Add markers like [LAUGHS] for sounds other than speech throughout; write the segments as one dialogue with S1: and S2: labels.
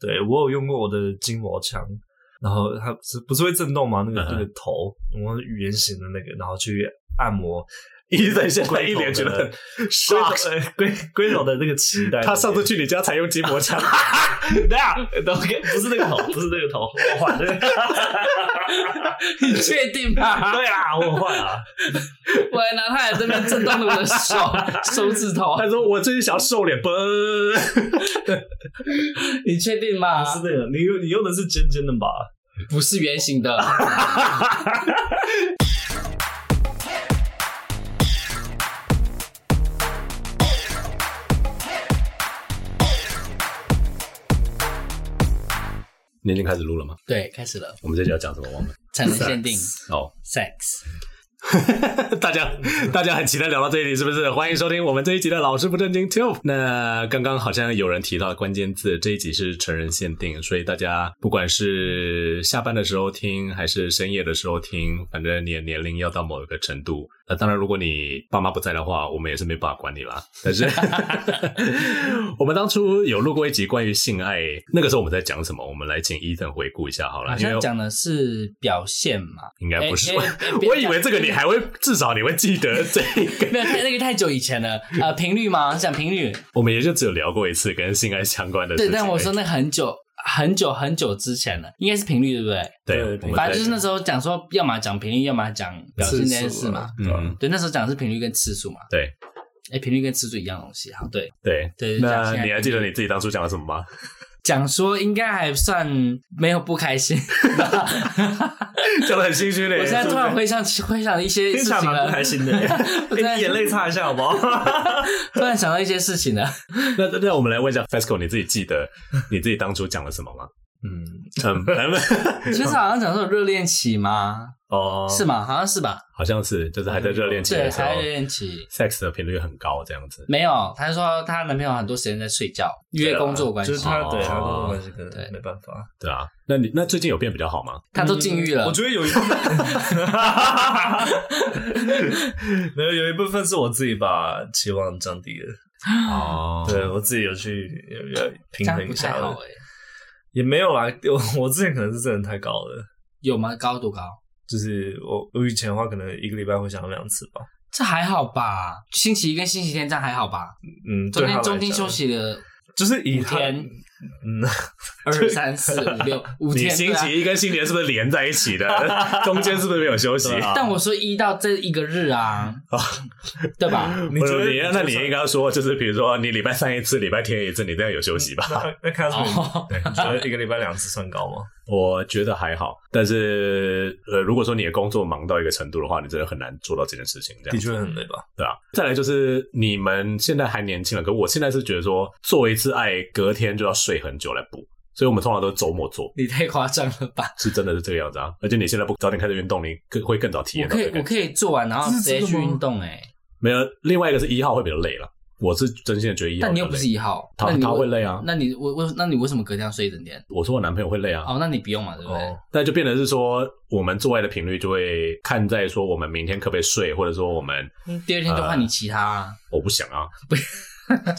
S1: 对我有用过我的筋膜枪，然后它是不是会震动吗？那个
S2: 嗯哼
S1: 那个头，我是圆形的那个，然后去按摩。医生现在一脸觉得很 shock，呃 [LAUGHS] 龟龟头的那个脐带，
S2: [LAUGHS] 他上次去你家才用筋膜 [LAUGHS] 枪，
S1: 等一下，等一下不是那个头，不是那个头，我换了。 [LAUGHS]
S3: 你确定吧？
S1: 对啊，我换了。
S3: 我还拿它来这边震动了我的手手指头，
S2: 他说我最近想要瘦脸， [LAUGHS] 嘣，
S3: [LAUGHS] 你确定吗
S1: 不？是那个，你用你用的是尖尖的吧？
S3: 不是圆形的。
S2: 你已经开始录了吗？
S3: 对，开始了，
S2: 我们这集要讲什么？忘了
S3: 产能限定
S2: 哦。
S3: sex。
S2: [LAUGHS] 大
S3: [LAUGHS]
S2: 家大家很期待聊到这里，是不是？欢迎收听我们这一集的老师不正经 Tube。那刚刚好像有人提到关键字，这一集是成人限定，所以大家不管是下班的时候听，还是深夜的时候听，反正你的年龄要到某一个程度。那当然，如果你爸妈不在的话，我们也是没办法管你
S3: [LAUGHS]
S2: 啦。但是我们当初有录过一集关于性爱，那个时候我们在讲什么？我们来请伊森回顾一下好了，
S3: 好
S2: 因为
S3: 像讲的是表现嘛，
S2: 应该不是，
S3: 哎哎哎别
S2: 我以为这个你还会，至少你会记得这一个。
S3: 没有太那个太久以前了。呃，频率吗？讲频率。
S2: 我们也就只有聊过一次跟性爱相关的事
S3: 对，
S2: 情。
S3: 但我说那很久很久很久之前了，应该是频率对不对？
S2: 对，
S1: 对
S2: 我们
S3: 反
S2: 在
S3: 正就是那时候讲说，要么讲频率，要么讲表现这件事嘛。
S1: 次数啊，
S2: 嗯
S3: 对，那时候讲的是频率跟次数嘛。
S2: 对
S3: 哎，频率跟次数一样的东西。好，对，
S2: 对
S3: 对就讲性
S2: 那
S3: 爱
S2: 你还记得你自己当初讲了什么吗？ [LAUGHS]
S3: 讲说应该还算没有不
S1: [LAUGHS]
S3: 开心。
S2: 讲的很心虚嘞。
S3: 我现在突然回想起回想一些
S1: 听
S3: 事
S1: 起来
S3: 情
S1: 蛮不
S3: 了
S1: 开，心 [LAUGHS] 的， [LAUGHS] 哎眼泪擦一下好不好？
S3: 突然想到一些事情了。
S2: 那那那我们来问一下 Fesco，你自己记
S3: [LAUGHS]
S2: 得你自己当初讲了什么吗？
S1: 嗯， [LAUGHS]
S2: 嗯，
S3: 就是好像讲说有热恋期吗？
S1: 哦，
S3: 是吗？好像是吧？
S2: 好像是，就是还在热恋期
S3: 对，
S2: 的时候
S3: 还有热恋期。
S2: ，sex 的频率很高，这样子。
S3: 没有，她说她男朋友很多时间在睡觉，因
S1: 对
S3: 为
S1: 啊
S3: 工作关系
S1: 就，是他对
S2: 哦
S1: 他跟我关系可
S3: 对
S1: 能没办法。
S2: 对啊，那你那最近有变比较好吗？
S3: 她都禁欲了
S1: 我。觉得有一部
S3: [LAUGHS]
S1: 分，没有有一部分是我自己把期望降低了，
S3: 啊
S2: 哦
S1: 对我自己有去有有平
S3: 这样
S1: 衡
S3: 不
S1: 一
S3: 太
S1: 下
S3: 好
S1: 了，
S3: 哎、
S1: 也没有啦。我我之前可能是真的太高了，
S3: 有吗？高多高？
S1: 就是我我以前的话，可能一个礼拜会想两次吧。
S3: 这还好吧？星期一跟星期天这样还好吧？
S1: 嗯，
S3: 中
S1: 对他来
S3: 间中间
S1: 讲
S3: 休息了
S1: 就是以
S3: 五
S1: 他 [LAUGHS]
S3: 天
S1: 嗯，
S3: 二三四五六五
S2: 你
S3: 天，
S2: 星
S3: 对啊
S2: 期一跟星期天是不是连在一起
S3: [LAUGHS]
S2: 的？中间是不是没有休息？
S1: 对啊
S3: 但我说一到这一个日啊，对吧？
S2: [LAUGHS]
S1: 你
S2: 不
S1: 觉
S2: 是
S1: 得
S2: 你那你
S1: 觉得
S2: 应该说，就是比如说你礼拜三一次，礼拜天一次，你这样有休息吧？
S1: 那那 Casper，
S3: 哦，
S1: 你觉得一个礼拜两次算高吗？
S2: 我觉得还好，但是呃，如果说你的工作忙到一个程度的话，你真的很难做到这件事情，这
S1: 的
S2: 样
S1: 确很累吧？
S2: 对啊。再来就是你们现在还年轻了，可我现在是觉得说做一次爱，隔天就要睡很久来补，所以我们通常都是周末做，
S3: 你太夸张了吧？
S2: 是真的是这个样子啊。而且你现在不早点开始运动，你更会更早体验
S3: 我
S2: 到
S3: 可
S2: 这
S3: 以
S2: 个
S3: 我
S2: 感觉。
S3: 可以做完，然后直接去运动哎、
S2: 没有，另外一个是一号会比较累了，我是真心的觉得一号比较累。
S3: 但你又不是一号，
S2: 他
S3: 那你
S2: 他
S3: 为
S2: 会累啊
S3: 那你我我那你为什么隔天要睡一整天？
S2: 我说我男朋友会累啊，
S3: 哦，那你不用嘛，对不对？
S1: 哦
S2: 那就变成是说，我们做爱的频率就会看在说我们明天可不可以睡，或者说我们
S3: 第二天就换你其他、啊。
S2: 我不想啊，
S3: [LAUGHS]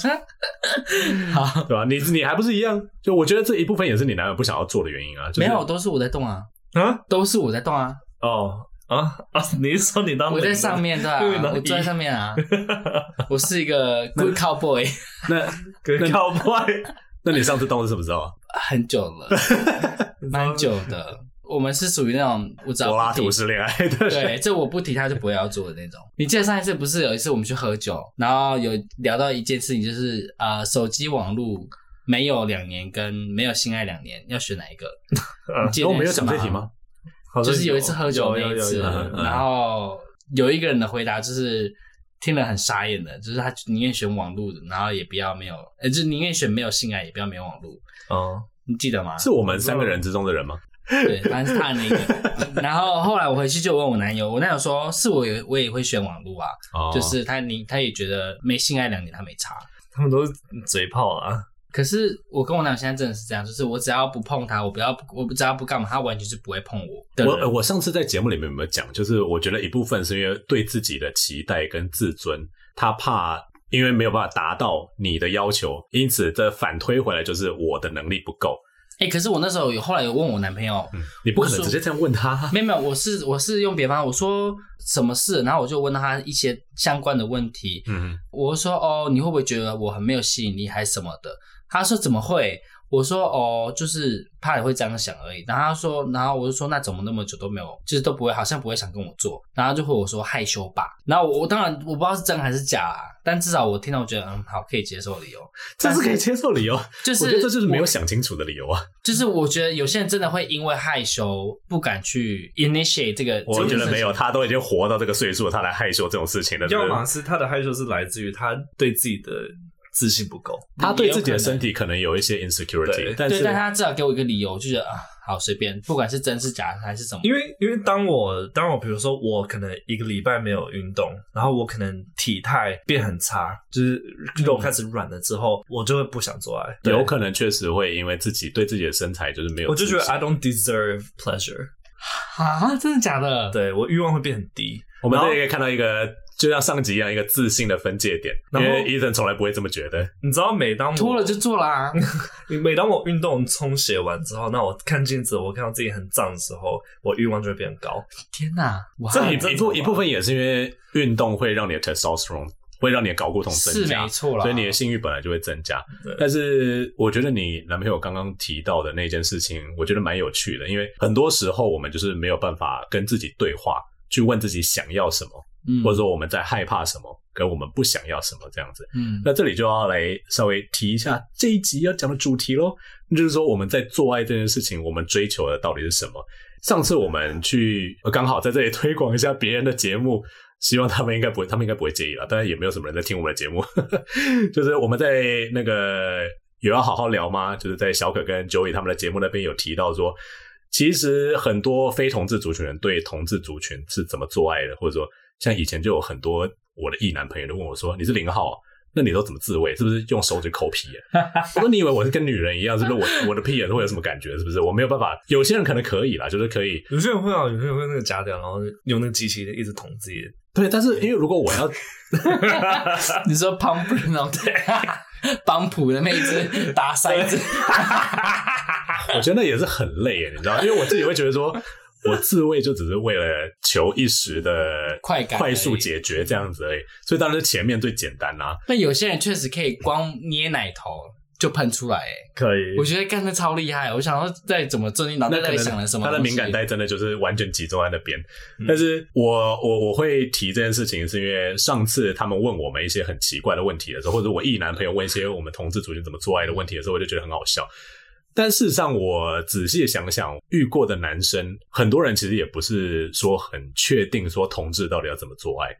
S3: 好，
S2: 对吧、你你还不是一样？就我觉得这一部分也是你男友不想要做的原因啊。就是、
S3: 没有，都是我在动啊，
S1: 啊
S3: 都是我在动啊，
S1: 哦啊啊！你是说你当
S3: 我在上
S2: [LAUGHS]
S3: 面对啊，
S1: 对哪里
S3: 我坐在上面啊，我是一个 good cowboy，
S2: 那
S1: 跟跳快？
S2: 那你上次动是什么时
S3: [LAUGHS]
S2: 候啊？
S3: 很久
S2: [LAUGHS]
S3: 了，蛮久的。我们是属于那种我只要
S2: 柏拉
S3: 不
S2: 图
S3: 提，
S2: 式恋爱 [LAUGHS] 的，
S3: 啊对，这我不提他就不会要做的那种。你记得上一次不是有一次我们去喝酒，然后有聊到一件事情，就是呃，手机网络没有两年跟没有性爱两年，要选哪一个？
S1: 啊
S3: 你记得
S2: 呃我们
S3: 那
S2: 有
S3: 件事
S2: 讲这
S3: 吗
S2: 题吗？哦
S1: 好
S3: 啊就
S1: 像
S3: 是有一次喝酒那
S1: 有
S3: 一次，啊
S1: 有有有有
S2: 嗯
S3: 然后有一个人的回答就是听了很傻眼的，就是他宁愿选网路的，然后也不要没有，呃，就是宁愿选没有性爱，也不要没有网路。
S1: 哦，
S3: 你记得吗？
S2: 是我们三个人之中的人吗？
S3: 对，反正是他的那个。 [LAUGHS] 然后后来我回去就问我男友，我男友说是我也我也会选网路啊，
S2: 哦
S3: 就是他你他也觉得没性爱两年他没差。
S1: 他们都是嘴炮啊啦。
S3: 可是我跟我男友现在真的是这样，就是我只要不碰他，我不要我只要不干嘛，他完全是不会碰我的
S2: 我
S3: 人。
S2: 呃我上次在节目里面有没有讲？就是我觉得一部分是因为对自己的期待跟自尊，他怕因为没有办法达到你的要求，因此这反推回来就是我的能力不够，
S3: 哎、可是我那时候有后来有问我男朋友，
S2: 你不可能
S3: 我说
S2: 直接这样问他。
S3: 嗯
S2: 啊
S3: 没有没有，我是我是用别方，我说什么事，然后我就问他一些相关的问题，
S2: 嗯，
S3: 我说哦，你会不会觉得我很没有吸引力还是什么的？他说怎么会？我说哦，就是怕你会这样想而已。然后他说，然后我就说那怎么那么久都没有，就是都不会，好像不会想跟我做。然后他就回我说害羞吧。然后我我当然我不知道是真还是假、啊，但至少我听到我觉得嗯好可以接受的理由，
S2: 这是可
S3: 但
S2: 以接受理由，
S3: 就是
S2: 我觉得这就是没有
S3: 我
S2: 想清楚的理由啊。
S3: 就是我觉得有些人真的会因为害羞不敢去 initiate 这个，
S2: 我
S3: 这
S2: 觉
S3: 个
S2: 得
S3: 事
S2: 没有，他都已经活到这个岁数，他来害羞这种事情了。
S1: [LAUGHS] 要么
S2: 吗？
S1: 是他的害羞是来自于他对自己的自信不够，
S2: 他对自己的
S3: 也有可能
S2: 身体可能有一些 insecurity，
S1: 对
S2: 但
S3: 对，
S2: 是
S3: 但他至少给我一个理由，我就觉得啊好随便，不管是真是假还是怎么，
S1: 因为因为当我当我比如说我可能一个礼拜没有运动，然后我可能体态变很差，就是肉开始软了之后，我就会不想做爱，对
S2: 有可能确实会因为自己对自己的身材就是没有
S1: 我
S2: 自
S1: 就
S2: 信，
S1: 觉得啊 I don't deserve pleasure，
S3: 啊，真的假的？
S1: 对我欲望会变很低。
S2: 我们
S1: 然
S2: 这
S1: 后
S2: 里可以看到一个就像上集一样一个自信的分界点，因
S1: 然后
S2: 为 Ethan 从来不会这么觉得。
S1: 你知道，每当我
S3: [LAUGHS] 脱了就啊做啦、
S1: 每当我运动充血完之后，那我看镜子，我看到自己很胀的时候，我欲望就会变高。
S3: 天哪，哇，
S1: [LAUGHS] 这
S2: 一
S1: 很正常
S2: 一部
S3: 啊
S1: 吧
S2: 一部分也是因为运动会让你的 testosterone 会让你的睾固酮增
S3: 是
S2: 加
S3: 没，错啦。
S2: 所以你的性欲本来就会增加
S1: 对。
S2: 但是我觉得你男朋友刚刚提到的那件事情，我觉得蛮有趣的，因为很多时候我们就是没有办法跟自己对话，去问自己想要什么，
S3: 嗯
S2: 或者说我们在害怕什么，跟我们不想要什么这样子。 [LAUGHS]
S3: 嗯，
S2: 那这里就要来稍微提一下这一集要讲的主题喽，那就是说我们在做爱这件事情，我们追求的到底是什么？上次我们去呃刚好在这里推广一下别人的节目，希望他们应该不会，他们应该不会介意了，当然也没有什么人在听我们的节目， [LAUGHS] 就是我们在那个有要好好聊吗？就是在小可跟 Joey 他们的节目那边有提到说。其实很多非同志族群人对同志族群是怎么做爱的，或者说像以前就有很多我的异男朋友就问我说：“你是零号啊、那你都怎么自慰？是不是用手指抠皮眼？”我说：“你以为我是跟女人一样，是不是我我的屁眼会有什么感觉？是不是？我没有办法。有些人可能可以啦，就是可以
S1: 有些人会啊，有些人会那个夹掉，然后用那个机器一直捅自己的。
S2: 对，但是因为如果我要
S3: 你
S2: [LAUGHS]
S3: 说 pump 那种对， [LAUGHS] 帮普的那一只打塞
S2: [LAUGHS]
S3: 子，
S2: 我觉得那也是很累耶，你知道吗，因为我自己会觉得说，我自慰就只是为了求一时的
S3: 快感
S2: 快速
S3: 而已
S2: 解决这样子而已，所以当然是前面最简单啦、
S3: 那有些人确实可以光捏奶头就喷出来、欸，
S1: 可以
S3: 我觉得干的超厉害。我想要再怎么钻进脑
S2: 那
S3: 袋
S2: 可
S3: 在
S2: 能
S3: 想了什么
S2: 他
S3: 东西，嗯
S2: 的敏感带真的就是完全集中在那边。但是我我我会提这件事情，是因为上次他们问我们一些很奇怪的问题的时候，或者我异男朋友问一些我们同志族群怎么做爱的问题的时候，我就觉得很好笑。但事实上，我仔细想想，遇过的男生，很多人其实也不是说很确定说同志到底要怎么做爱，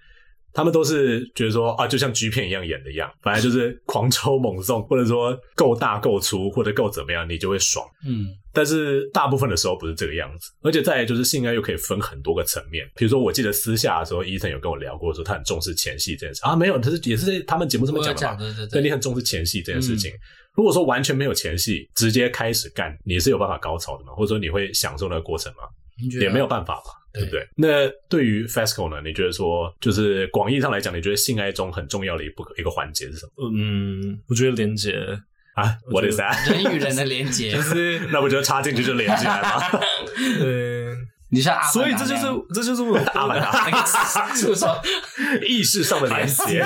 S2: 他们都是觉得说啊，就像 G 片一样演的一样，反正就是狂抽猛送，或者说够大够粗，或者够怎么样，你就会爽。
S3: 嗯，
S2: 但是大部分的时候不是这个样子，而且再来就是性爱又可以分很多个层面，比如说我记得私下的时候，伊森有跟我聊过说他很重视前戏这件事啊，没有，他是也是在他们节目上面
S3: 我有
S2: 讲的
S3: 讲
S1: 啊
S2: 嘛，
S3: 对对
S2: 对你
S3: 对，
S2: 很重视前戏这件事情。如果说完全没有前戏，直接开始干，你是有办法高潮的吗？或者说你会享受那个过程吗？
S3: 你
S1: 啊
S3: 觉得
S2: 也没有办法嘛，对不
S3: 对
S2: 对？那对于 FESCO 呢？你觉得说，就是广义上来讲，你觉得性爱中很重要的一部一个环节是什么
S1: 嗯，我觉得连接
S2: 啊
S1: 我
S2: ？What
S1: 觉得
S2: is that？
S3: 人与人的连接
S1: 就，是 [LAUGHS]
S2: 那 [LAUGHS] 不就插进去就连起来吗？
S1: 嗯，
S3: 你像阿凡达
S1: 所以这就是
S3: [LAUGHS] 那样
S1: 这就是我
S2: 阿凡达
S3: [LAUGHS] 是不是说
S2: 意识上的连接。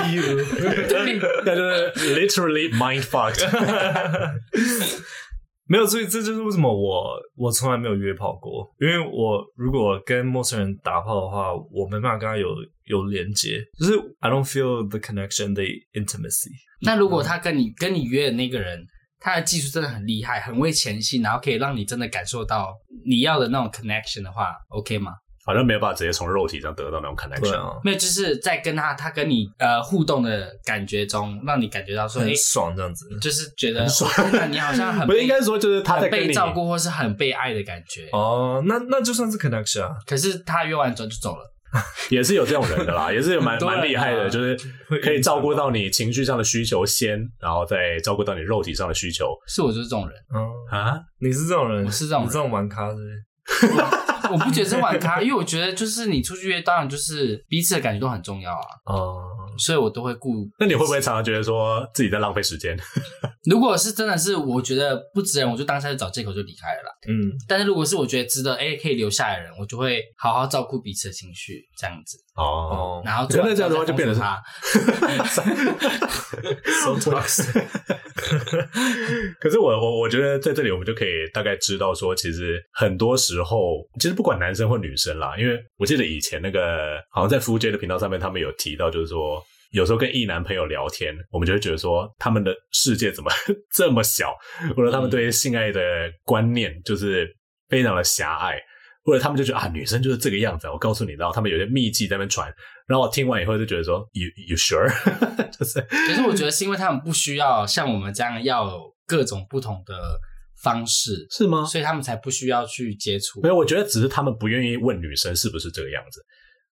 S2: 那就是 [LAUGHS] literally mind [LAUGHS] fucked。
S1: [LAUGHS] 没有，所以这就是为什么我我从来没有约炮过，因为我如果跟陌生人打炮的话，我没办法跟他有有连接，就是 I don't feel the connection, the intimacy。
S3: 那如
S2: 嗯
S3: 果他跟你跟你约的那个人，他的技术真的很厉害，很会前戏，然后可以让你真的感受到你要的那种 connection 的话，OK 吗？
S2: 好像没有办法直接从肉体上得到那种 connection。，
S1: 啊
S3: 没有，就是在跟他他跟你呃互动的感觉中，让你感觉到说，哎、
S1: 很爽这样子。
S3: 就是觉得哦天哪你好像很
S2: [LAUGHS] 不是
S3: 被
S2: 应该说就是他在
S3: 很
S2: 跟
S3: 被
S2: 你
S3: 照顾或是很被爱的感觉。
S1: 哦，那那就算是 connection 啊，
S3: 可是他约完之后就走了，
S2: 也是有这种人 [LAUGHS] 的啦，也是有蛮
S3: 很多人啊
S2: 蛮厉害的，就是
S1: 会
S2: 可以照顾到你情绪上的需求先，然后再照顾到你肉体上的需求
S3: 是我就是这种人，
S1: 嗯，
S2: 啊。
S1: 你是这种人，
S3: 我是这种人
S1: 你这种玩咖是不是
S3: 我不觉得是玩咖，因为我觉得就是你出去约，当然就是彼此的感觉都很重要啊，
S1: 哦，
S3: 所以我都会顾。
S2: 那你会不会常常觉得说自己在浪费时间？
S3: 如果是真的是我觉得不值得，我就当下就找借口就离开了啦。
S1: 嗯，
S3: 但是如果是我觉得值得，哎、可以留下来的人，我就会好好照顾彼此的情绪，这样子。
S2: 哦，
S1: 哦，
S3: 然后
S2: 可是那这样的话就变得是 [LAUGHS]
S3: 他，
S1: so toxic，
S2: [LAUGHS] 可是我我我觉得在这里我们就可以大概知道说，其实很多时候，其实不管男生或女生啦，因为我记得以前那个好像在 f u j 的频道上面，他们有提到，就是说。有时候跟异男朋友聊天，我们就会觉得说他们的世界怎么 [LAUGHS] 这么小，或者他们对性爱的观念就是非常的狭隘，或者他们就觉得啊女生就是这个样子啊。我告诉你，然后他们有些秘籍在那边传，然后我听完以后就觉得说 you you sure，就是
S3: 可是我觉得是因为他们不需要像我们这样要有各种不同的方式，
S2: 是吗？
S3: 所以他们才不需要去接触
S2: 没。有，我觉得只是他们不愿意问女生是不是这个样子。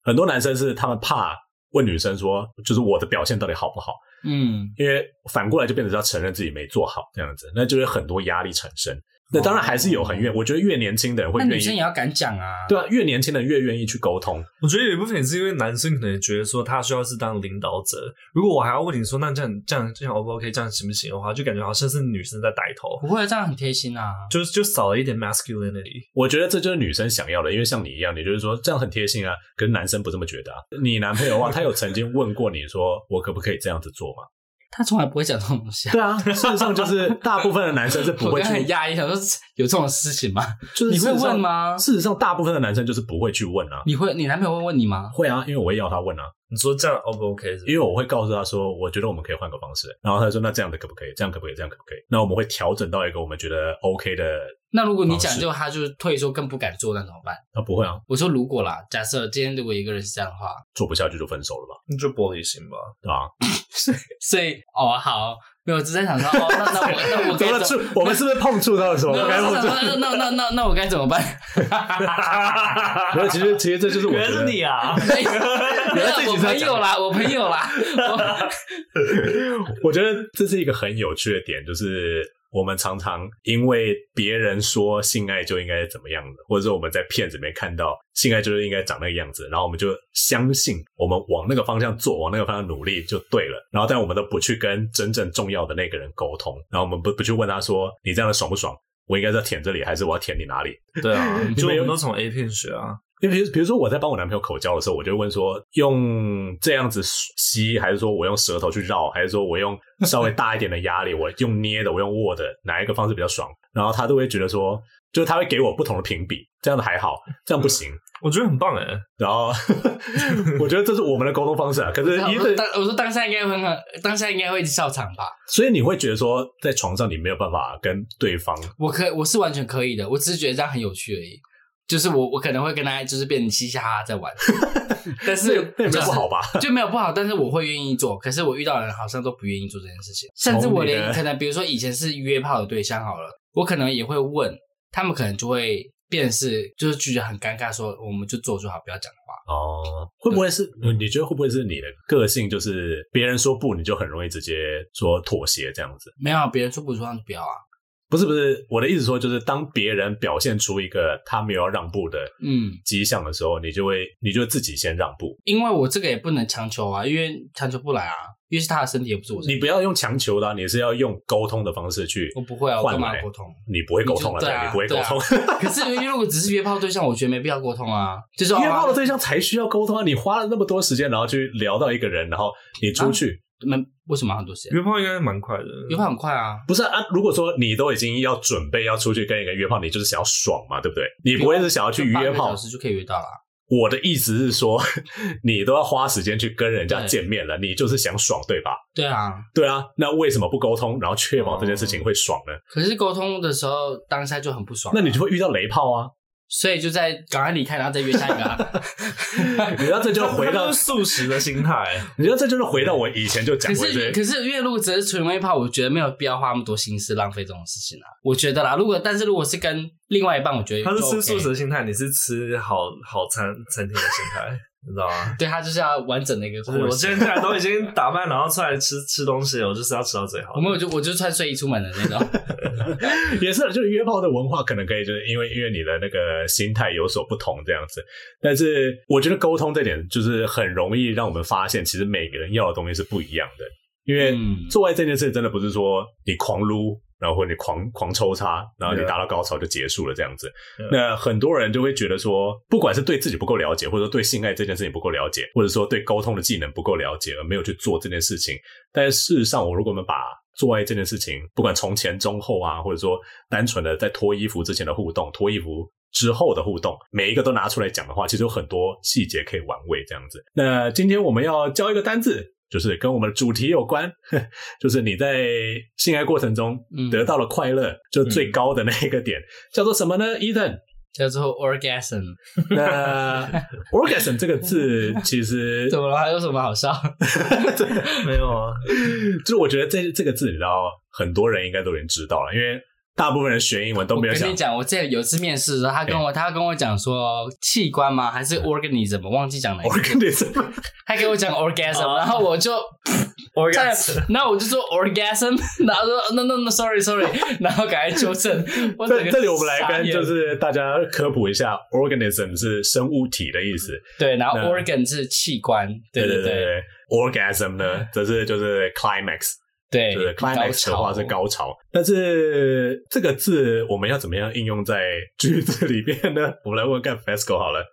S2: 很多男生是他们怕问女生说，就是我的表现到底好不好，
S3: 嗯，
S2: 因为反过来就变成要承认自己没做好这样子，那就会很多压力产生。那当然还是有很愿，我觉得越年轻的人会
S3: 那
S2: 愿
S3: 女生也
S2: 意，
S3: 要敢讲啊。
S2: 对啊，越年轻的人越愿意去沟通。
S1: 我觉得有一部分也是因为男生可能也觉得说他需要是当领导者，如果我还要问你说那这样这样这样 O 不 OK，这样行不行的话，就感觉好像是女生在带头，
S3: 不会这样很贴心啊。
S1: 就就少了一点 masculinity。
S2: 我觉得这就是女生想要的，因为像你一样，你就是说这样很贴心啊。可是男生不这么觉得啊。你男朋友的话，他有曾经问过你说，我可不可以这样子做吗？
S3: 他从来不会讲这种
S2: [LAUGHS]
S3: 东西、啊。
S2: 对啊，事实上 [LAUGHS] 就是大部分的男生是不
S3: 我
S2: 会
S3: 刚
S2: 去
S3: 刚很压抑，想说有这种事情吗？
S2: 就是
S3: 你会
S2: 事实上
S3: 问吗
S2: 事实上，大部分的男生就是不会去问啊。
S3: 你会，你男朋友会问你吗？
S2: 会啊，因为我会要他问啊，
S1: 你说这样 O 不 OK？是不是
S2: 因为我会告诉他说，我觉得我们可以换个方式。然后他说，那这样的可不可以？这样可不可以？这样可不可以？那我们会调整到一个我们觉得 OK 的。
S3: 那如果你
S2: 方
S3: 讲
S2: 式
S3: 就他就退缩，更不敢做，那怎么办？
S2: 啊，不会啊，
S3: 我说如果啦，假设今天如果一个人是这样的话，
S2: 做不下去就分手了吧，
S1: 那就玻璃心吧。
S2: 对吧？
S3: 所以哦好，没有，我只是想说哦，那那我那我该
S2: 怎么
S3: 怎
S2: 触？我们是不是碰触到了什么？
S3: 没有
S2: 我
S3: 我只
S2: 该
S3: 是
S2: 碰
S3: 想
S2: 触。
S3: 说 [LAUGHS] 那那那那那我该怎么办？ [LAUGHS]
S2: 没有，其实其实这就是我
S1: 原
S2: 觉
S1: 来
S2: 得
S1: 是你啊！
S2: [LAUGHS]
S3: 没有，
S2: 原来这集
S3: 我
S2: 是在
S3: 朋
S2: 讲
S3: 友啦，我朋友
S2: [LAUGHS]
S3: 啦，我
S2: 我觉得这是一个很有趣的点，就是我们常常因为别人说性爱就应该怎么样的，或者说我们在片子里面看到性爱就是应该长那个样子，然后我们就相信我们往那个方向做，往那个方向努力就对了。然后但我们都不去跟真正重要的那个人沟通，然后我们不不去问他说你这样的爽不爽？我应该是要舔这里，还是我要舔你哪里？
S1: [LAUGHS] 对啊，就
S2: 没
S1: 我
S2: 有
S1: 们都从 A 片学啊。
S2: 因为比如比如说我在帮我男朋友口交的时候，我就会问说用这样子吸，还是说我用舌头去绕，还是说我用稍微大一点的压力， [LAUGHS] 我用捏的，我用握的，哪一个方式比较爽？然后他都会觉得说，就是他会给我不同的评比，这样的还好，这样不行。
S1: 我觉得很棒哎、
S2: 然后我觉得这是我们的沟通方式啊。可是
S3: 我
S2: 一
S3: 说
S2: 对，
S3: 当我说当下应该会很，当下应该会笑场吧？
S2: 所以你会觉得说，在床上你没有办法跟对方
S3: 我可我是完全可以的，我只是觉得这样很有趣而已。就是我我可能会跟他就是变成嘻嘻哈哈在
S2: [LAUGHS]
S3: 玩，但是
S2: 那也
S3: 就
S2: 没
S3: 是
S2: 有不好吧？
S3: 就没有不好，但是我会愿意做。可是我遇到的人好像都不愿意做这件事情，甚至我
S2: 从你
S3: 连
S2: 的
S3: 可能比如说以前是约炮的对象好了，我可能也会问他们，可能就会变成是就是拒绝很尴尬，说我们就做就好，不要讲话。
S2: [LAUGHS] 哦，会不会是你觉得会不会是你的个性，就是别人说不，你就很容易直接说妥协这样子？
S3: 没有啊，别人说不说就不要啊。
S2: 不是不是，我的意思说就是，当别人表现出一个他没有要让步的
S3: 嗯，
S2: 迹象的时候，你就会你就自己先让步，
S3: 因为我这个也不能强求啊，因为强求不来啊，因为是他的身体，也不是我身体。
S2: 你不要用强求啦，你是要用沟通的方式去
S3: 我不会啊，我
S2: 换
S3: 干嘛
S2: 来
S3: 沟通？
S2: 你不会沟通了，
S3: 你就对啊
S2: 你不会沟
S3: 对啊
S2: 通，
S3: 可是因为如果只是约炮对象，我觉得没必要沟通啊。就是
S2: 约炮的
S3: 哦
S2: 对象才需要沟通啊！你花了那么多时间，然后去聊到一个人，然后你出去，
S3: 没为什么要很多时间？
S1: 约炮应该蛮快的，
S3: 约炮很快啊，
S2: 不是啊？如果说你都已经要准备要出去跟一个约炮，你就是想要爽嘛，对不对？你不会是想要去
S3: 就半
S2: 约
S3: 个
S2: 炮
S3: 小，时就可以约到了啊。
S2: 我的意思是说， [LAUGHS] 你都要花时间去跟人家
S3: 对
S2: 见面了，你就是想爽，对吧？
S3: 对啊，
S2: 对啊，那为什么不沟通，然后确保这件事情会爽呢？
S3: 可是沟通的时候，当下就很不爽啊、
S2: 那你就会遇到雷炮啊！
S3: 所以就在赶快离开，然后再约下一个、啊。
S2: 你知道这就回
S1: 那
S2: 到
S3: [LAUGHS]
S1: 就是，素食的心态。
S2: 你知道这就是回到我以前就讲
S3: 可
S2: 过的
S3: 是
S2: 这，
S3: 可是，因为如果只是纯约炮，我觉得没有必要花那么多心思浪费这种事情啊。我觉得啦，如果但是如果是跟另外一半，我觉得
S1: 他是
S3: 就
S1: 吃素
S3: OK
S1: 食的心态，你是吃好好餐餐厅的心态。你知道吗？
S3: 对他就是要完整的一个
S1: 就
S3: 过
S1: 是
S3: 程。
S1: 我今天既然都已经打扮，然后出来吃吃东西，我就是要吃到最好
S3: [LAUGHS]
S1: 的。
S3: 我们我就我就穿睡衣出门的那种。
S2: [LAUGHS] 也是，啊就是约炮的文化可能可以，就是因为因为你的那个心态有所不同这样子。但是我觉得沟通这点就是很容易让我们发现，其实每个人要的东西是不一样的。因为
S3: 嗯
S2: 做爱这件事真的不是说你狂撸，然后或者你狂狂抽插，然后你
S1: Yeah.
S2: 达到高潮就结束了这样子。
S1: Yeah.
S2: 那很多人就会觉得说，不管是对自己不够了解，或者说对性爱这件事情不够了解，或者说对沟通的技能不够了解，而没有去做这件事情。但事实上，我如果我们把做爱这件事情，不管从前、中、后啊，或者说单纯的在脱衣服之前的互动、脱衣服之后的互动，每一个都拿出来讲的话，其实有很多细节可以玩味这样子。那今天我们要教一个单字，就是跟我们的主题有关， [LAUGHS] 就是你在性爱过程中
S3: 嗯
S2: 得到了快乐，就最高的那一个点，叫做什么呢？Ethan，
S3: 叫做 orgasm，
S2: 那 orgasm 这个字其实
S3: 怎么了？还有什么好笑？
S1: 没有啊，
S2: 就是我觉得这这个字，你知道，很多人应该都已经知道了，因为大部分人学英文都
S3: 我
S2: 没有
S3: 跟
S2: 想
S3: 你。讲，我之前有一次面试的时候，他跟我他跟我讲说器官吗？还是 organism？我忘记讲哪一个，
S2: [LAUGHS] organism，
S3: 他跟我讲 orgasm，然后我就
S1: 我
S3: 在， [LAUGHS] 然后我就说 orgasm，然 [LAUGHS] 后说 no no no sorry sorry，然 [LAUGHS] 后赶快纠
S2: [LAUGHS]
S3: 正。 [LAUGHS] 我整
S2: 这
S3: 个
S2: 这里我们来
S3: 傻
S2: 跟
S3: 眼
S2: 就是大家科普一下，organism 是生物体的意思。
S3: 对，然后
S2: 那
S3: organ 是器官，对
S2: 嗯对
S3: 对
S2: 对，orgasm 呢，则是就是 climax，
S3: 对
S2: 就是
S3: 高
S2: climax 的
S3: 潮
S2: 话是高潮。但是这个字我们要怎么样应用在句子里面呢？我们来问看 Fesco 好了。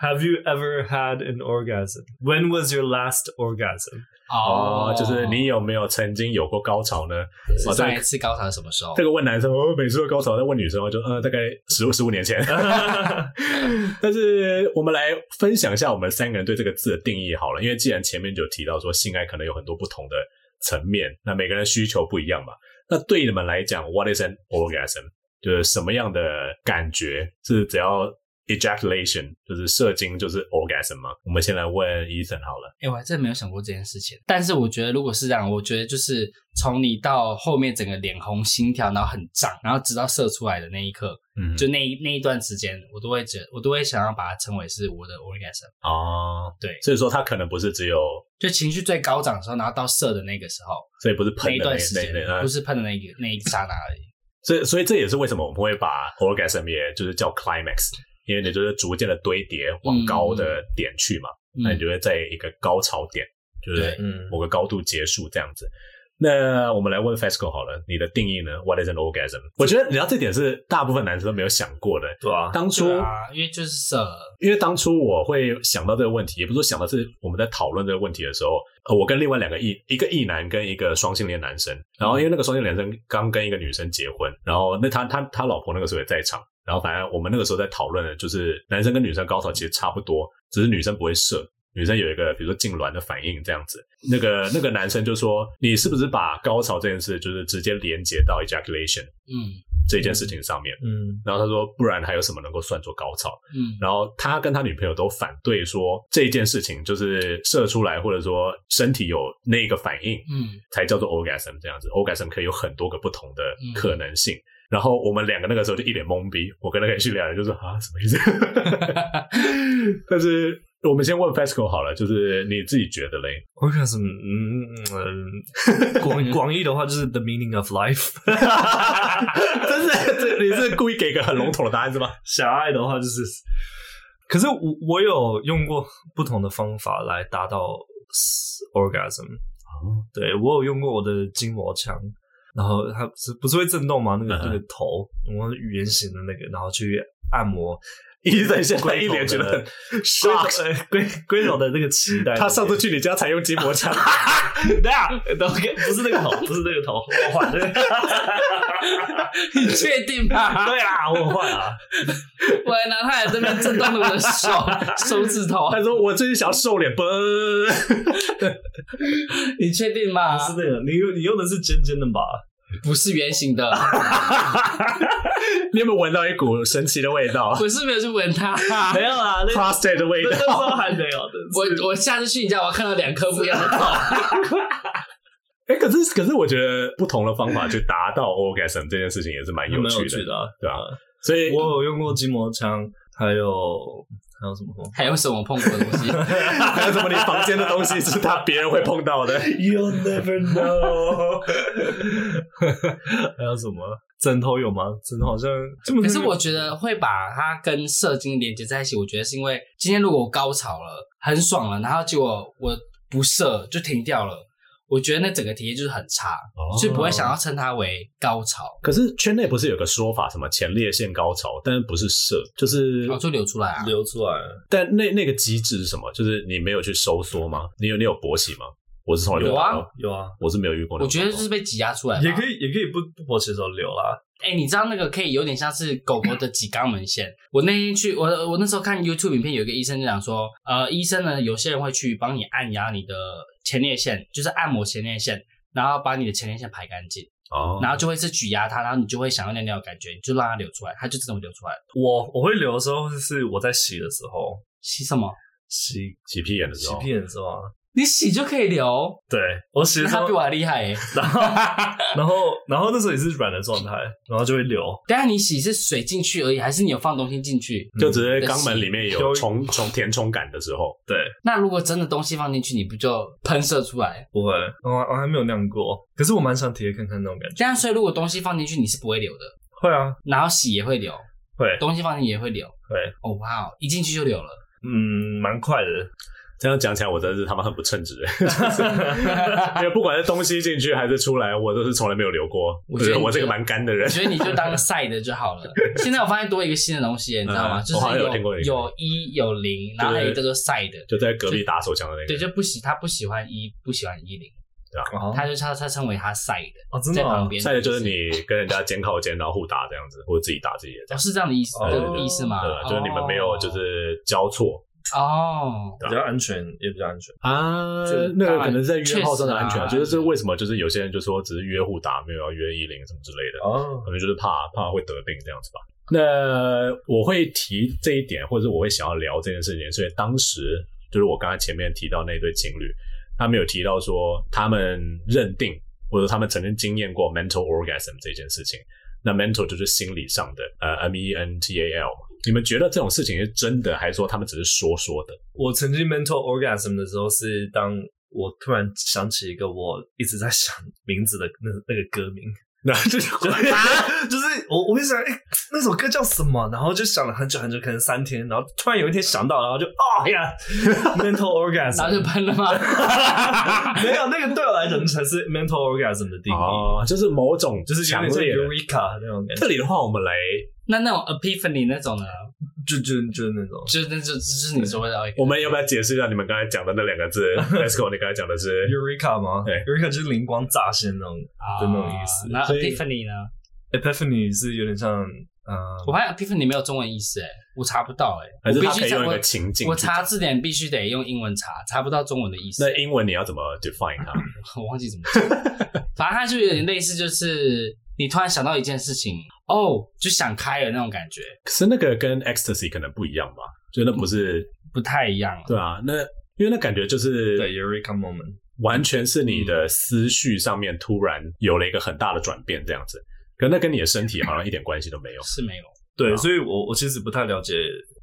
S1: Have you ever had an orgasm? When was your last orgasm?
S2: 哦，就是你有没有曾经有过高潮呢？
S3: 是
S2: 哦这
S3: 上
S2: 个
S3: 一次高潮是什么时候
S2: 这？个问男生，我每次都高潮；但问女生，我就呃，大概十五十五年前。 [LAUGHS] 但是我们来分享一下我们三个人对这个字的定义好了，因为既然前面就有提到说性爱可能有很多不同的层面，那每个人需求不一样嘛。那对你们来讲，what is an orgasm？就是什么样的感觉是只要 ejaculation，就是射精就是 orgasm 吗？我们先来问 Ethan 好了。
S3: 哎、我还真没有想过这件事情。但是我觉得，如果是这样，我觉得就是从你到后面整个脸红、心跳，然后很胀，然后直到射出来的那一刻，
S2: 嗯
S3: 就那一那一段时间，我都会觉，我都会想要把它称为是我的 orgasm。
S2: 哦，
S3: 对，
S2: 所以说它可能不是只有，
S3: 就情绪最高涨的时候，然后到射的那个时候，
S2: 所以不是
S3: 那
S2: 喷
S3: 一
S2: 的那
S3: 段时间
S2: 那那那
S3: 不是喷的那一那一刹那而已。
S2: 所以，所以这也是为什么我们会把 orgasm 也就是叫 climax，因为你就是逐渐的堆叠往高的点去嘛，那你就会在一个高潮点，就是
S3: 嗯对
S1: 嗯，
S2: 某个高度结束这样子。那我们来问 Fesco 好了，你的定义呢？What is an orgasm？我觉得你知道这点是大部分男生都没有想过的。
S1: 对啊，
S2: 当初、
S3: 对啊，因为就是射了，
S2: 因为当初我会想到这个问题，也不是说想到是我们在讨论这个问题的时候，呃，我跟另外两个异一个异男跟一个双性恋男生，然后因为那个双性恋男生刚跟一个女生结婚，然后那他他他老婆那个时候也在场，然后反正我们那个时候在讨论的就是男生跟女生高潮其实差不多，只是女生不会射。女生有一个，比如说痉挛的反应这样子，那个那个男生就说：“你是不是把高潮这件事，就是直接连接到 ejaculation
S3: 嗯
S2: 这件事情上面
S1: 嗯？”
S2: 然后他说：“不然还有什么能够算作高潮？”
S3: 嗯，
S2: 然后他跟他女朋友都反对说这件事情就是射出来，或者说身体有那个反应
S3: 嗯
S2: [LAUGHS] 才叫做 orgasm 这样子。orgasm 可以有很多个不同的可能性。然后我们两个那个时候就一脸懵逼，我跟那个训练人就说啊什么意思？ [LAUGHS] 但是我们先问 Fesco 好了，就是你自己觉得嘞？
S1: ，orgasm，嗯，呃广广义的话就是 the meaning of life，
S2: 真是 [LAUGHS] 这你是故意给一个很笼统的答案是吗？
S1: 狭隘的话就是，可是我我有用过不同的方法来达到 orgasm，对我有用过我的筋膜枪，然后它不是不是会震动吗？那个
S2: 嗯哼
S1: 那个头，我语言型的那个，然后去按摩
S2: 医生现在
S1: 龟
S2: 一
S1: 头
S2: 脸觉得
S1: 的
S2: 很
S1: 龟
S2: shock，
S1: 头呃龟龟头的那个脐带那边。
S2: 他上次去你家才用筋膜枪。
S1: 对啊，都不是那个头，不是那个头，我换了。
S3: 你确定
S1: [LAUGHS]
S3: 吗？
S1: 对啊，我换了。
S3: 我还拿它来这边震动了我的手手
S2: [LAUGHS]
S3: 指头，
S2: 他说：“我最近想要瘦脸，不， [LAUGHS]
S3: 你确定吗？
S1: 不是那个，你用你用的是尖尖的吧？
S3: 不是圆形的，
S2: 你有没有闻到一股神奇的味道
S3: 我是没有去闻它。
S1: 没有啊，那
S2: ？prostate 的味
S1: 那时候
S2: 道。
S1: 还没有的。
S3: 我我下次去你家，我要看到两颗不一样的头。
S2: 哎、可是可是，我觉得不同的方法去达到 orgasm 这件事情也是蛮有
S1: 蛮有
S2: 趣的，
S1: 趣的啊，
S2: 对吧、所以
S1: 我有用过筋膜枪，还有还有什么？
S3: 还有什么碰过的东西？
S2: [LAUGHS] 还有什么？你房间的东西是他别人会碰到的？
S1: You'll never know [LAUGHS] 还有什么枕头有吗？枕头好像，
S3: 可是我觉得会把它跟射精连接在一起，我觉得是因为今天如果我高潮了，很爽了，然后结果我不射就停掉了，我觉得那整个体验就是很差，
S1: 哦
S3: 所以不会想要称它为高潮，
S2: 可是圈内不是有个说法，什么前列腺高潮，但是不是射，就是
S3: 然后就流出来啊。
S1: 流出来了。
S2: 但那那个机制是什么？就是你没有去收缩吗？你有你有勃起吗？我是从来没
S3: 有啊
S2: 打到
S1: 有啊，
S2: 我是没有遇过那
S3: 我
S2: 种
S3: 觉
S2: 状
S3: 得
S2: 况。
S3: 就是被挤压出来吧，
S1: 也可以，也可以不不勃起的时候流啦。
S3: 哎、你知道那个可以有点像是狗狗的挤肛门腺。我那天去，我我那时候看 YouTube 影片，有一个医生就讲说，呃，医生呢，有些人会去帮你按压你的前列腺，就是按摩前列腺，然后把你的前列腺排干净，
S2: 哦，
S3: 然后就会是举压它，然后你就会想要尿尿的感觉，你就让它流出来，它就自动流出来了。
S1: 我我会流的时候是我在洗的时候，
S3: 洗什么？
S1: 洗
S2: 洗屁眼的时
S1: 洗
S2: 候，
S1: 屁眼的时候啊。
S3: 你洗就可以流，
S1: 对我洗的
S3: 那
S1: 时
S3: 它
S1: 候
S3: 比，我还厉害哎、欸！
S1: 然后 [LAUGHS] 然后然后那时候也是软的状态，然后就会流。
S3: 但是你洗是水进去而已，还是你有放东西进去？
S2: 就只是肛门里面有虫虫填充感的时候，
S1: 对，
S3: 那如果真的东西放进去，你不就喷射出来？
S1: 不会，我还我还没有那样过，可是我蛮想体验看看那种感觉。
S3: 这样，所以如果东西放进去，你是不会流的。
S1: 会啊，
S3: 然后洗也会流，
S1: 会
S3: 东西放进也会流。
S1: 会，
S3: 哦哇哦，一进去就
S2: [LAUGHS]
S3: 流了。
S1: 嗯，蛮快的。
S2: 这样讲起来我真的是他妈很不
S3: [LAUGHS]
S2: 称职，就是因为不管是东西进去还是出来，我都是从来没有流过。
S3: 我
S2: 我
S3: 觉
S2: 觉
S3: 得
S2: 得我这个蛮干的人
S3: 我，觉得你就当晒的就好了。现在我发现多一个新的东西，你知道吗？
S2: 嗯
S3: 就
S2: 我好
S3: 是
S2: 像有听过
S3: 有
S2: 一个
S3: 有一有零，然后还有一个叫做晒的。
S2: 就在隔壁打手枪的那个
S3: 对，
S2: 人，
S3: 就不喜他不喜欢一，不喜欢一零，
S1: 哦
S3: 他就他他称为他晒的，
S1: 哦，真
S3: 在
S1: 的
S3: 旁
S1: 啊，
S3: 边。
S2: 晒的就是你跟人家肩靠肩，然后互打这样子，或者自己打自己的这
S3: [LAUGHS] 哦，
S2: 样。
S3: 是这样的意思
S1: 哦
S3: 这个意思吗？
S2: 对吧，就是你们没有就是交错，
S3: 哦，
S1: 比较安全，也比较安全。
S2: 啊
S3: 就，
S2: 那
S3: 当
S2: 个
S3: 然
S2: 可能在约炮上的安全啊，
S3: 确实啊
S2: 就是这为什么就是有些人就说只是约互打，没有要约一零什么之类的，
S1: 哦，
S2: 可能就是怕怕会得病这样子吧。那我会提这一点，或者是我会想要聊这件事情，所以当时就是我刚才前面提到那对情侣，他们有提到说他们认定或者他们曾经经验过 mental orgasm 这件事情。那 mental 就是心理上的，呃，m e n t a l 嘛。你们觉得这种事情是真的，还是说他们只是说说的？
S1: 我曾经 mental orgasm 的时候，是当我突然想起一个我一直在想名字的那 [LAUGHS] 那个歌名，
S2: 那这
S1: 就是 [LAUGHS] 就是我我会想，哎、那首歌叫什么？然后就想了很久很久，可能三天，然后突然有一天想到，然后就哦哎呀，mental
S3: 然后就
S1: orgasm。
S3: 喷了吗？ [LAUGHS]
S1: 没有，那个对我来讲才是 mental orgasm 的定义，
S2: 哦，就是某种
S1: 就是有
S2: 强
S1: 点像
S2: 烈的。
S1: Eureka 那种感觉，
S2: 这里的话，我们来
S3: 那那种 epiphany 那种呢？
S1: 就就就那种
S3: 就那就就是你说的，
S2: 嗯我们要不要解释一下你们刚才讲的那两个字
S3: [LAUGHS]
S2: ？Esco，你刚才讲的是
S1: Eureka 吗？
S2: 对
S1: ，Eureka 就是灵光乍现那种
S3: 啊
S1: 的那种意思。
S3: 那
S1: 所以
S3: epiphany 呢？
S1: epiphany 哎是有点像，呃，
S3: 我发现 epiphany 没有中文意思哎，我查不到哎，
S2: 还是
S3: 我
S2: 它
S3: 必
S2: 可
S3: 须
S2: 以
S3: 查
S2: 用一
S3: 我
S2: 个情境去？
S3: 我查字典必须得用英文查，查不到中文的意思
S2: 那，英文你要怎么 define
S3: [LAUGHS]
S2: 它？
S3: 我忘记怎么讲。 [LAUGHS] 反正它就有点类似，就是你突然想到一件事情，哦，就想开了那种感觉，
S2: 可是那个跟 ecstasy 可能不一样吧？就那不是
S3: 不太一样。
S2: 对啊？那因为那感觉就
S1: 对
S2: 是
S1: Eureka moment。
S2: 完全是你的思绪上面突然有了一个很大的转变，这样子。可那跟你的身体好像一点关系都没有。
S3: [LAUGHS] 是没有。
S1: 对，
S2: 啊
S1: 所以我我其实不太了解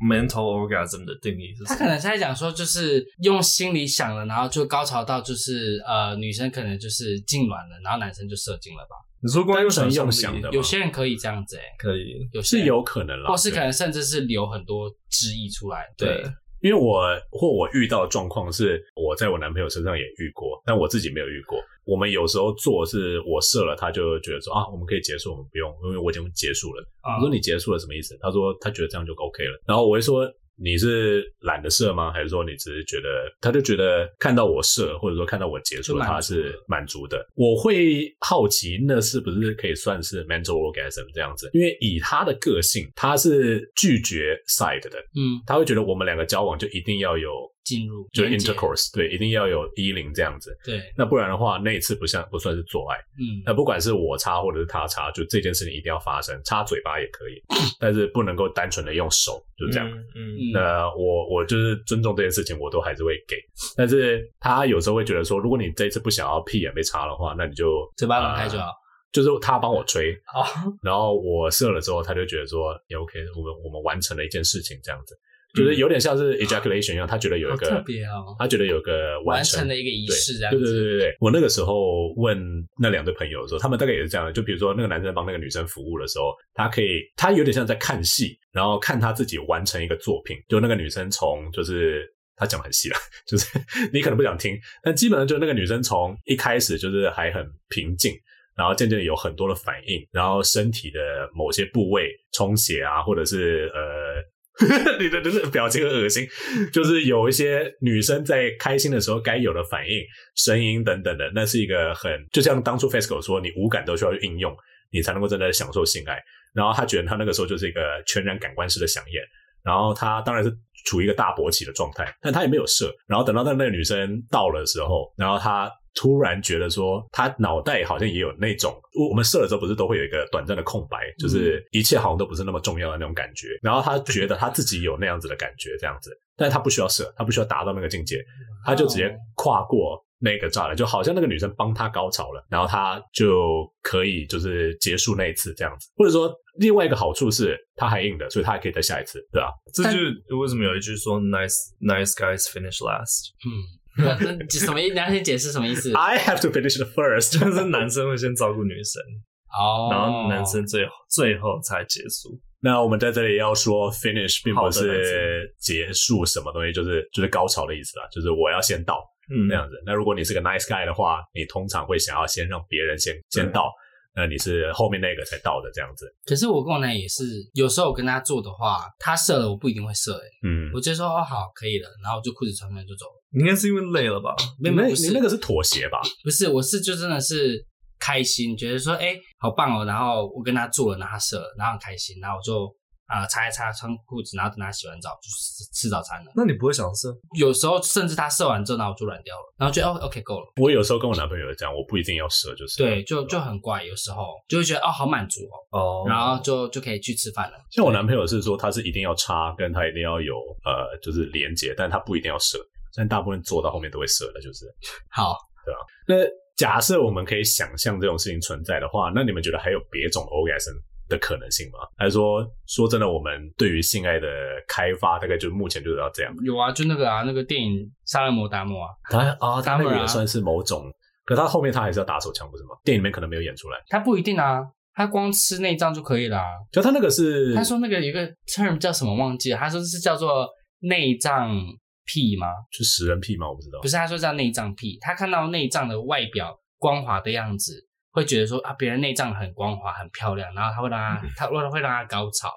S1: mental orgasm 的定义是
S3: 他
S1: 什
S3: 可
S1: 么。
S3: 能是在讲说，就是用心里想了，然后就高潮到就是呃，女生可能就是痉挛了，然后男生就射精了吧？
S1: 你说光用
S2: 单纯
S1: 想
S2: 用
S1: 象力
S2: 想的
S3: 有些人可以这样子哎、
S1: 可以，
S3: 有些
S2: 是
S3: 人，
S2: 有可能啦，
S3: 或是
S2: 对
S3: 可能甚至是流很多汁液出来。对，
S2: 因为我或我遇到的状况是，我在我男朋友身上也遇过，但我自己没有遇过。我们有时候做是我射了，他就觉得说啊，我们可以结束，我们不用，因为我已经结束了。
S3: 啊
S2: 我说你结束了什么意思？他说他觉得这样就 OK 了。然后我会说你是懒得射吗？还是说你只是觉得？他就觉得看到我射，或者说看到我结束了，
S3: 就满足
S2: 他是满足的。我会好奇那是不是可以算是 mental orgasm 这样子？因为以他的个性，他是拒绝 side 的，
S3: 嗯，
S2: 他会觉得我们两个交往就一定要有
S3: 进入
S2: 就
S3: 连接
S2: intercourse，对，一定要有衣领这样子。
S3: 对，
S2: 那不然的话，那一次不像不算是做爱。
S3: 嗯，
S2: 那不管是我插或者是他插，就这件事情一定要发生，插嘴巴也
S3: [LAUGHS]
S2: 可以，但是不能够单纯的用手，就这样。
S1: 嗯嗯
S3: 嗯
S2: 那我我就是尊重这件事情，我都还是会给。但是他有时候会觉得说，如果你这一次不想要屁眼被插的话，那你就
S3: 嘴巴张开就
S2: 呃
S3: 好。
S2: 就是他帮我吹，
S3: 哦， [LAUGHS]
S2: 然后我射了之后，他就觉得说也 OK，我们我们完成了一件事情，这样子，就是有点像是 ejaculation 一样，他觉得有一
S3: 嗯好
S2: 呃个
S3: 特别哦，
S2: 他觉得有个
S3: 完
S2: 成
S3: 成了一个仪式这样
S2: 对
S3: 子。
S2: 对对对对，我那个时候问那两对朋友的时候，他们大概也是这样的。就比如说那个男生帮那个女生服务的时候，他可以，他有点像在看戏，然后看他自己完成一个作品。就那个女生从就是。他讲得很细了， [LAUGHS] 就是你可能不想听，但基本上就是那个女生从一开始就是还很平静，然后渐渐地有很多的反应，然后身体的某些部位充血啊，或者是呃。 [LAUGHS] 你的就是表情很恶心，就是有一些女生在开心的时候该有的反应、声音等等的，那是一个很就像当初 E FESCO 说，你五感都需要去应用，你才能够真的享受性爱。然后他觉得他那个时候就是一个全然感官式的响应，然后他当然是处于一个大勃起的状态，但他也没有射。然后等到那那个女生到了的时候，然后他突然觉得说，他脑袋好像也有那种，我我们射了之后不是都会有一个短暂的空白，就是一切好像都不是那么重要的那种感觉。然后他觉得他自己有那样子的感觉，这样子，但是他不需要射，他不需要达到那个境界，他就直接跨过。那个栅栏就好像那个女生帮他高潮了，然后他就可以就是结束那一次这样子，或者说另外一个好处是他还硬的，所以他还可以再下一次，对吧、
S1: 这
S3: 但
S1: 就为什么有一句说 “nice nice guys finish last”， [LAUGHS]
S3: 嗯那那什么意？你要先解释什么意思？
S2: [LAUGHS] I have to finish the first [LAUGHS]
S1: 就是男生会先照顾女生，
S3: 哦，
S1: 然后男生最后最后才结束。
S2: 那我们在这里要说 finish 并不
S1: 好的男
S2: 是结束什么东西，就是就是高潮的意思啊，就是我要先到
S1: 嗯
S2: 那，样子。那如果你是个 nice guy 的话，你通常会想要先让别人先
S3: 嗯
S2: 先到，那你是后面那个才到的这样子。
S3: 可是我跟我男友也是，有时候我跟他做的话，他射了我不一定会射、欸，
S2: 嗯，
S3: 我就说哦好可以了，然后我就裤子穿上就走了。
S1: 应该是因为累了吧？
S3: 没有
S2: 你那
S3: 没有，不
S2: 你
S3: 是
S2: 那个是妥协吧？
S3: 不是，我是就真的是开心，觉得说哎、好棒哦，然后我跟他做了，然后他射了，然后很开心，然后我就啊、呃擦一擦穿裤子，然后等他洗完澡就吃吃早餐了。
S1: 那你不会想射？
S3: 有时候甚至他射完之后，然后我就软掉了，然后觉得哦 OK 够了。
S2: 我有时候跟我男朋友也这样，我不一定要射，就是
S3: 对，就就很怪，有时候就会觉得哦，好满足哦，
S1: 哦
S3: 然后就就可以去吃饭了。
S2: 像我男朋友是说他是一定要插，跟他一定要有呃就是连接，但他不一定要射，但大部分做到后面都会射的，就是。
S3: 好，
S2: 那假设我们可以想象这种事情存在的话，那你们觉得还有别种 orgasm 的可能性吗？还是说，说真的，我们对于性爱的开发大概就目前就是要这样。
S3: 有啊，就那个啊，那个电影《杀人魔达摩》啊，
S2: 他啊，他那
S3: 当
S2: 个
S3: 然
S2: 也算是某种，可他后面他还是要打手枪，不是吗？电影里面可能没有演出来，
S3: 他不一定啊，他光吃内脏就可以啦、啊
S2: 就他那个是
S3: 他说那个有一个 term 叫什么忘记了，他说是叫做内脏癖吗？
S2: 是食人屁吗？我不知道
S3: 不。是，他说叫内脏癖。他看到内脏的外表光滑的样子，会觉得说啊，别人内脏很光滑、很漂亮，然后他会让他，
S2: 嗯
S3: 他会会让他高潮，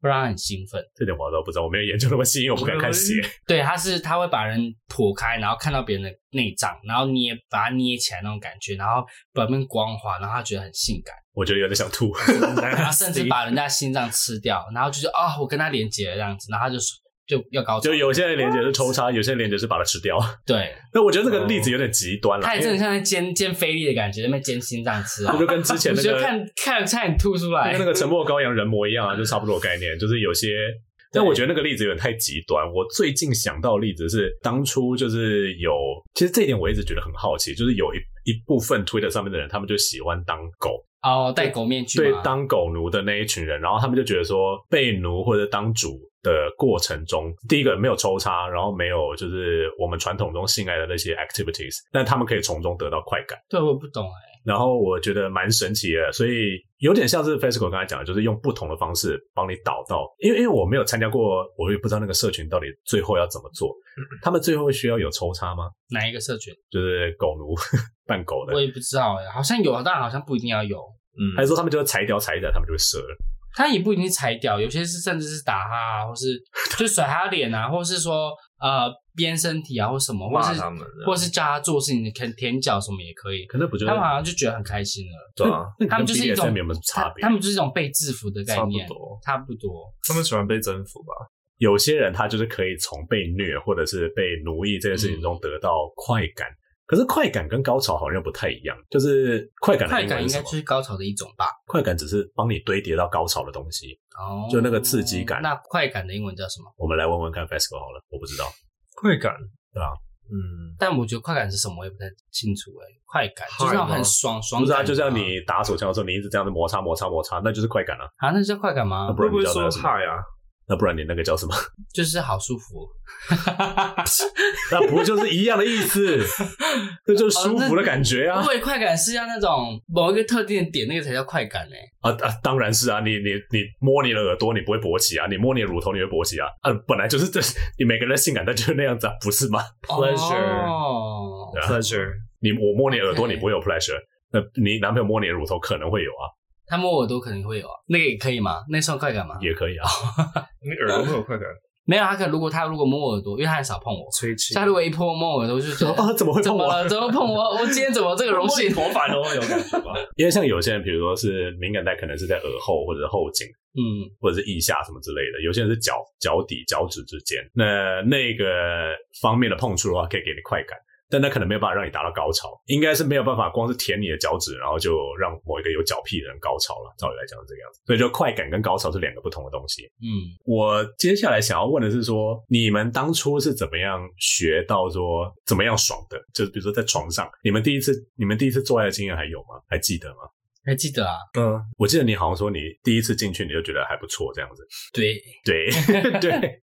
S3: 会让他很兴奋。
S2: 这点我倒不知道，我没有研究那么细，因为我不敢看
S3: [LAUGHS]
S2: 血。
S3: 对，他是他会把人剖开，然后看到别人的内脏，然后捏把它捏起来那种感觉，然后表面光滑，然后他觉得很性
S2: [LAUGHS]
S3: 感，
S2: 我觉得有点想吐。
S3: 然后甚至把人家心脏吃掉，然后就觉得啊、我跟他连接了这样子，然后他就说就要高潮，
S2: 就有些人连接是抽插，有些人连接是把它吃掉。
S3: 对，
S2: 那我觉得这个例子有点极端了，
S3: 他也
S2: 因
S3: 真
S2: 为
S3: 的像在煎煎菲力的感觉，在那边煎心脏吃啊
S2: 这，就跟之前
S3: 我
S2: 那
S3: 觉
S2: 个
S3: 得看看差点吐出
S2: 就
S3: 来
S2: 跟那。个沉默羔羊人魔一样啊，就差不多的概念，就是有些。但我觉得那个例子有点太极端。我最近想到的例子是，当初就是有，其实这一点我一直觉得很好奇，就是有一一部分 Twitter 上面的人，他们就喜欢当狗，
S3: 哦，戴狗面具
S2: 对
S3: 吗，
S2: 当狗奴的那一群人，然后他们就觉得说，被奴或者当主的过程中，第一个没有抽插，然后没有就是我们传统中性爱的那些 activities，但他们可以从中得到快感。
S3: 对，我不懂哎、
S2: 然后我觉得蛮神奇的，所以有点像是 FESCO 刚才讲的，就是用不同的方式帮你导到，因为因为我没有参加过，我也不知道那个社群到底最后要怎么做，
S3: 嗯
S2: 他们最后需要有抽插吗？
S3: 哪一个社群
S2: 就是狗奴 [LAUGHS] 扮狗的
S3: 我，也不知道哎、好像有，但好像不一定要有。
S1: 嗯
S2: 还是说他们就会裁掉裁掉，他们就会射了？
S3: 他也不一定是踩掉，有些是甚至是打他、
S2: [LAUGHS]
S3: 啊，或是就甩他脸啊，或是说呃鞭身体啊，或什么，或
S1: 骂
S3: 是
S1: 他们这样，
S3: 或是叫他做事情，舔舔脚什么也可以。
S2: 可那不就
S3: 他们好像就觉得很开心了，
S1: 对啊，
S2: 那
S3: 他们
S2: 就
S3: 就是一种
S2: 没有什么差别
S3: 他，他们就是一种被制服的概
S1: 差不
S3: 念，
S1: 多。
S3: 差不多。
S1: 他们喜欢被征服吧？
S2: 有些人他就是可以从被虐或者是被奴役这件事
S3: 嗯
S2: 情中得到快感。可是快感跟高潮好像不太一样，就是快感的
S3: 快
S2: 英文
S3: 感
S2: 是
S3: 应
S2: 什
S3: 该
S2: 么
S3: 就是高潮的一种吧？
S2: 快感只是帮你堆叠到高潮的东西，
S3: 哦，
S2: 就那个刺激感
S3: 那快感的英文叫什么？
S2: 我们来问问看 FESCO 好了，我不知道。
S1: 快感
S2: 对啊，
S1: 嗯，
S3: 但我觉得快感是什么，我也不太清楚哎、快感就是那种
S1: Hard 吗
S3: 很爽爽
S2: 不
S3: 感
S2: 是
S3: 吗，
S2: 啊，就是要你打手枪的时候，你一直这样子摩擦摩擦摩擦，那就是快感啊。
S3: 啊，那叫快感吗
S2: 那？不
S1: 会
S2: 然
S1: 不会
S2: 你叫
S1: 说
S2: 那什么？
S1: 嗨啊？
S2: 那不然你那个叫什么？
S3: 就是好舒服，
S2: [LAUGHS] 那不就是一样的意 [LAUGHS] 思？那就是舒服的感觉啊
S3: 因！为快感是要那种某一个特定的点，那个才叫快感哎、
S2: 啊啊，当然是啊，你你你摸你的耳朵，你不会勃起啊；你摸你的乳头，你会勃起啊。啊，本来就是这，你每个人的性感但就是那样子啊，不是吗？
S1: Pleasure
S3: 哦
S1: 啊 pleasure，
S2: 你我摸你耳朵，
S3: OK
S2: 你不会有 pleasure。那你男朋友摸你的乳头可能会有啊，
S3: 他摸我都可能会有啊，那个也可以吗？那算快感吗？
S2: 也可 [LAUGHS] 以啊。
S1: 你耳朵会有快感，
S3: 没有，他可如果他如果摸我耳朵，因为他很少碰我，
S1: 吹气
S3: 所以他如果一碰摸我耳朵，我就觉得
S2: 啊，怎么会
S3: [LAUGHS] 怎
S2: 碰
S3: 么
S2: 我？
S3: 了？怎么碰我？ [LAUGHS] 我今天怎么这个荣
S2: 哦
S3: 幸？
S1: 头发都会有感觉吧？
S2: [LAUGHS] 因为像有些人，比如说是敏感带，可能是在耳后或者后颈，
S3: 嗯，
S2: 或者是腋下什么之类的。有些人是脚脚底、脚趾之间，那那个方面的碰触的话，可以给你快感，但那可能没有办法让你达到高潮，应该是没有办法光是舔你的脚趾，然后就让某一个有脚癖的人高潮了。照理来讲是这个样子，所以就快感跟高潮是两个不同的东西。
S3: 嗯，
S2: 我接下来想要问的是说，你们当初是怎么样学到说怎么样爽的？就是比如说在床上，你们第一次你们第一次做爱的经验还有吗？还记得吗？
S3: 还记得啊？
S1: 嗯，
S2: 我记得你好像说你第一次进去你就觉得还不错这样子。
S3: 对，
S2: 对 [LAUGHS] 对，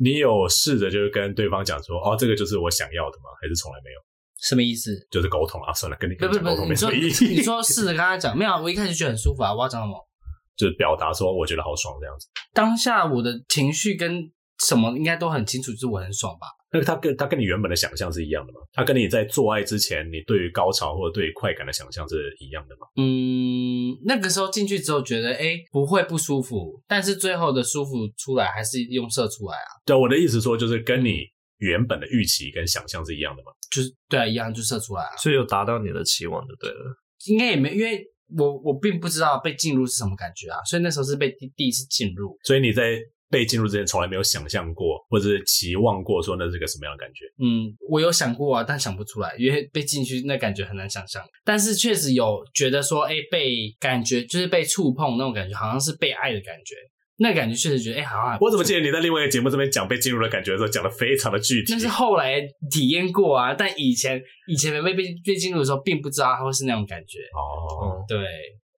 S2: 你有试着就是跟对方讲说哦，这个就是我想要的吗？还是从来没有？
S3: 什么意思？
S2: 就是沟通啊，算了，跟你
S3: 不
S2: 跟你讲
S3: 不
S2: 沟
S3: 不，
S2: 通
S3: 你
S2: 没什
S3: 说
S2: 么意
S3: 你
S2: 义，
S3: 说试着跟他讲，没有啊，我一开始觉得很舒服啊，我要讲什么？
S2: [LAUGHS] 就是表达说我觉得好爽这样子。
S3: 当下我的情绪跟什么应该都很清楚，就是我很爽吧？
S2: 那他跟他跟你原本的想象是一样的吗？他跟你在做爱之前，你对于高潮或者对于快感的想象是一样的吗？
S3: 嗯，那个时候进去之后觉得，哎、不会不舒服，但是最后的舒服出来还是用射出来啊，
S2: 对，我的意思说就是跟你原本的预期跟想象是一样的嘛。
S3: 就是对啊，一样就射出来啊，
S1: 所以有达到你的期望就对了。
S3: 应该也没，因为我我并不知道被进入是什么感觉啊，所以那时候是被第第一次进入，
S2: 所以你在被进入之前，从来没有想象过或者是期望过说那是个什么样的感觉。
S3: 嗯，我有想过啊，但想不出来，因为被进去那感觉很难想象。但是确实有觉得说，哎、被感觉就是被触碰那种感觉，好像是被爱的感觉，那感觉确实觉得，哎、好像还不
S2: 我怎么记得你在另外一个节目这边讲被进入的感觉的时候，讲的非常的具体
S3: 那。是后来体验过啊，但以前以前没被被被进入的时候，并不知道它会是那种感觉。
S2: 哦，
S1: 哦，
S3: 对，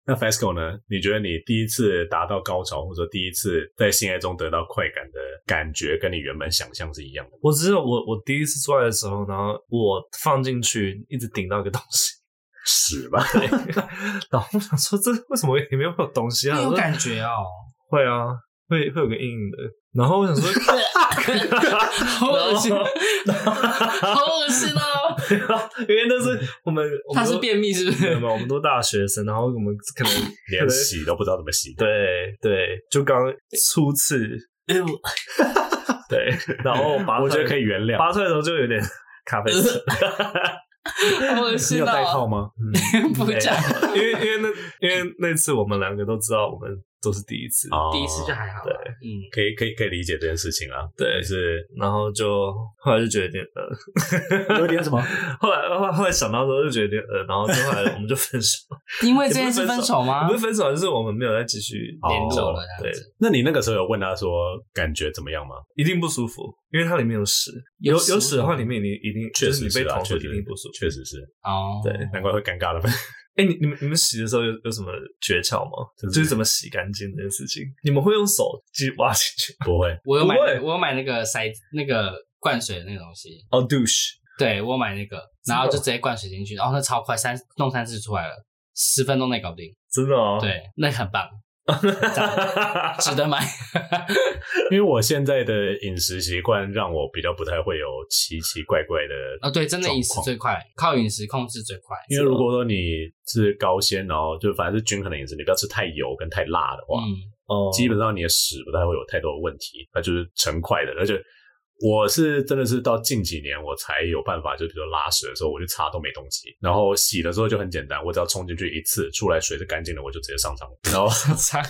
S2: 那 Fasco 呢？你觉得你第一次达到高潮，或者说第一次在性爱中得到快感的感觉，跟你原本想象是一样的吗？
S1: 我知道我我第一次做爱的时候，然后我放进去一直顶到一个东西， [LAUGHS]
S2: 屎吧？
S1: 对，然后我想说这为什么里面会有东西啊？
S3: 那
S1: 我
S3: 种
S1: 说
S3: 感觉 [LAUGHS] 哦、
S1: 会啊，会会有个硬硬的。然后我想说，
S3: 好恶心，好恶心 [LAUGHS] 哦！
S1: 因为那是我们，我们
S3: 他
S1: 都
S3: 是便秘是不
S1: 没 [LAUGHS] 有
S3: 是？
S1: 没有，我们都大学生，然后我们可能可
S2: [LAUGHS] 连
S1: 能
S2: 洗都不知道怎么洗。
S1: 对对，就刚初次，对，然后拔出来
S2: 我觉得可以原谅。
S1: 拔出来的时候就有点咖啡色，
S3: [LAUGHS] 好恶
S2: 你
S3: 心
S2: 有戴套
S3: 哦！
S2: 吗？
S3: [LAUGHS] 不讲，
S1: [LAUGHS] 因为因为那因为那次我们两个都知道我们都是第一次，
S2: 哦
S3: 第一次就还好啦，嗯，
S2: 可以可以可以理解这件事情啊，
S1: 对
S2: 但是
S1: 然后就后来就觉得有点呃， [LAUGHS]
S2: 有点什么？
S1: 后来后来后来想到的时候就觉得有点呃，然后就后
S2: [LAUGHS]
S1: 来我们就分手， [LAUGHS]
S3: 因为这件事分手吗
S1: 不？是分手，就是我们没有再继续
S2: 哦
S1: 联络
S3: 了这
S1: 对
S3: 样，子，
S2: [LAUGHS] 那你那个时候有问他说感觉怎么样吗？
S1: 一定不舒服，因为它里面有屎，有
S3: 有屎
S1: 有屎的话里面你一定
S2: 啊确
S1: 就是
S2: 实
S1: 你
S2: 是
S1: 被
S2: 啊，
S1: 捅出
S2: 确
S1: 一
S2: 实
S1: 定不舒服，
S2: 确实是，
S3: 哦，
S1: 对
S2: 难怪会尴尬了 [LAUGHS] 吧？
S1: 哎、你你们你们洗的时候有有什么诀窍吗？
S2: 真的
S1: 就是怎么洗干净这件事情，你们会用手去挖进去
S2: 不会，
S3: 我有买
S1: 不会，
S3: 我有买那个塞那个灌水的那个东西，
S1: 哦、douche，
S3: 对我有买那个，
S1: 真
S3: 然
S1: 的
S3: 后就直接灌水进去，然后那超快，三弄三次出来了，十分钟内搞定，
S1: 真的哦，，
S3: 对，那很棒，值得买。
S2: 因为我现在的饮食习惯让我比较不太会有奇奇怪怪的
S3: 哦，对，真的饮食
S2: 状况
S3: 最快，靠饮食控制最快。
S2: 因为如果说你是高纤，然后就反正是均衡的饮食，你不要吃太油跟太辣的话，
S3: 嗯，
S1: 哦，
S2: 基本上你的屎不太会有太多的问题，它就是成块的。而且我是真的是到近几年我才有办法，就比如说拉屎的时候我就擦都没东西，然后洗的时候就很简单，我只要冲进去一次，出来水是干净的，我就直接上场。然后， [LAUGHS]
S3: 差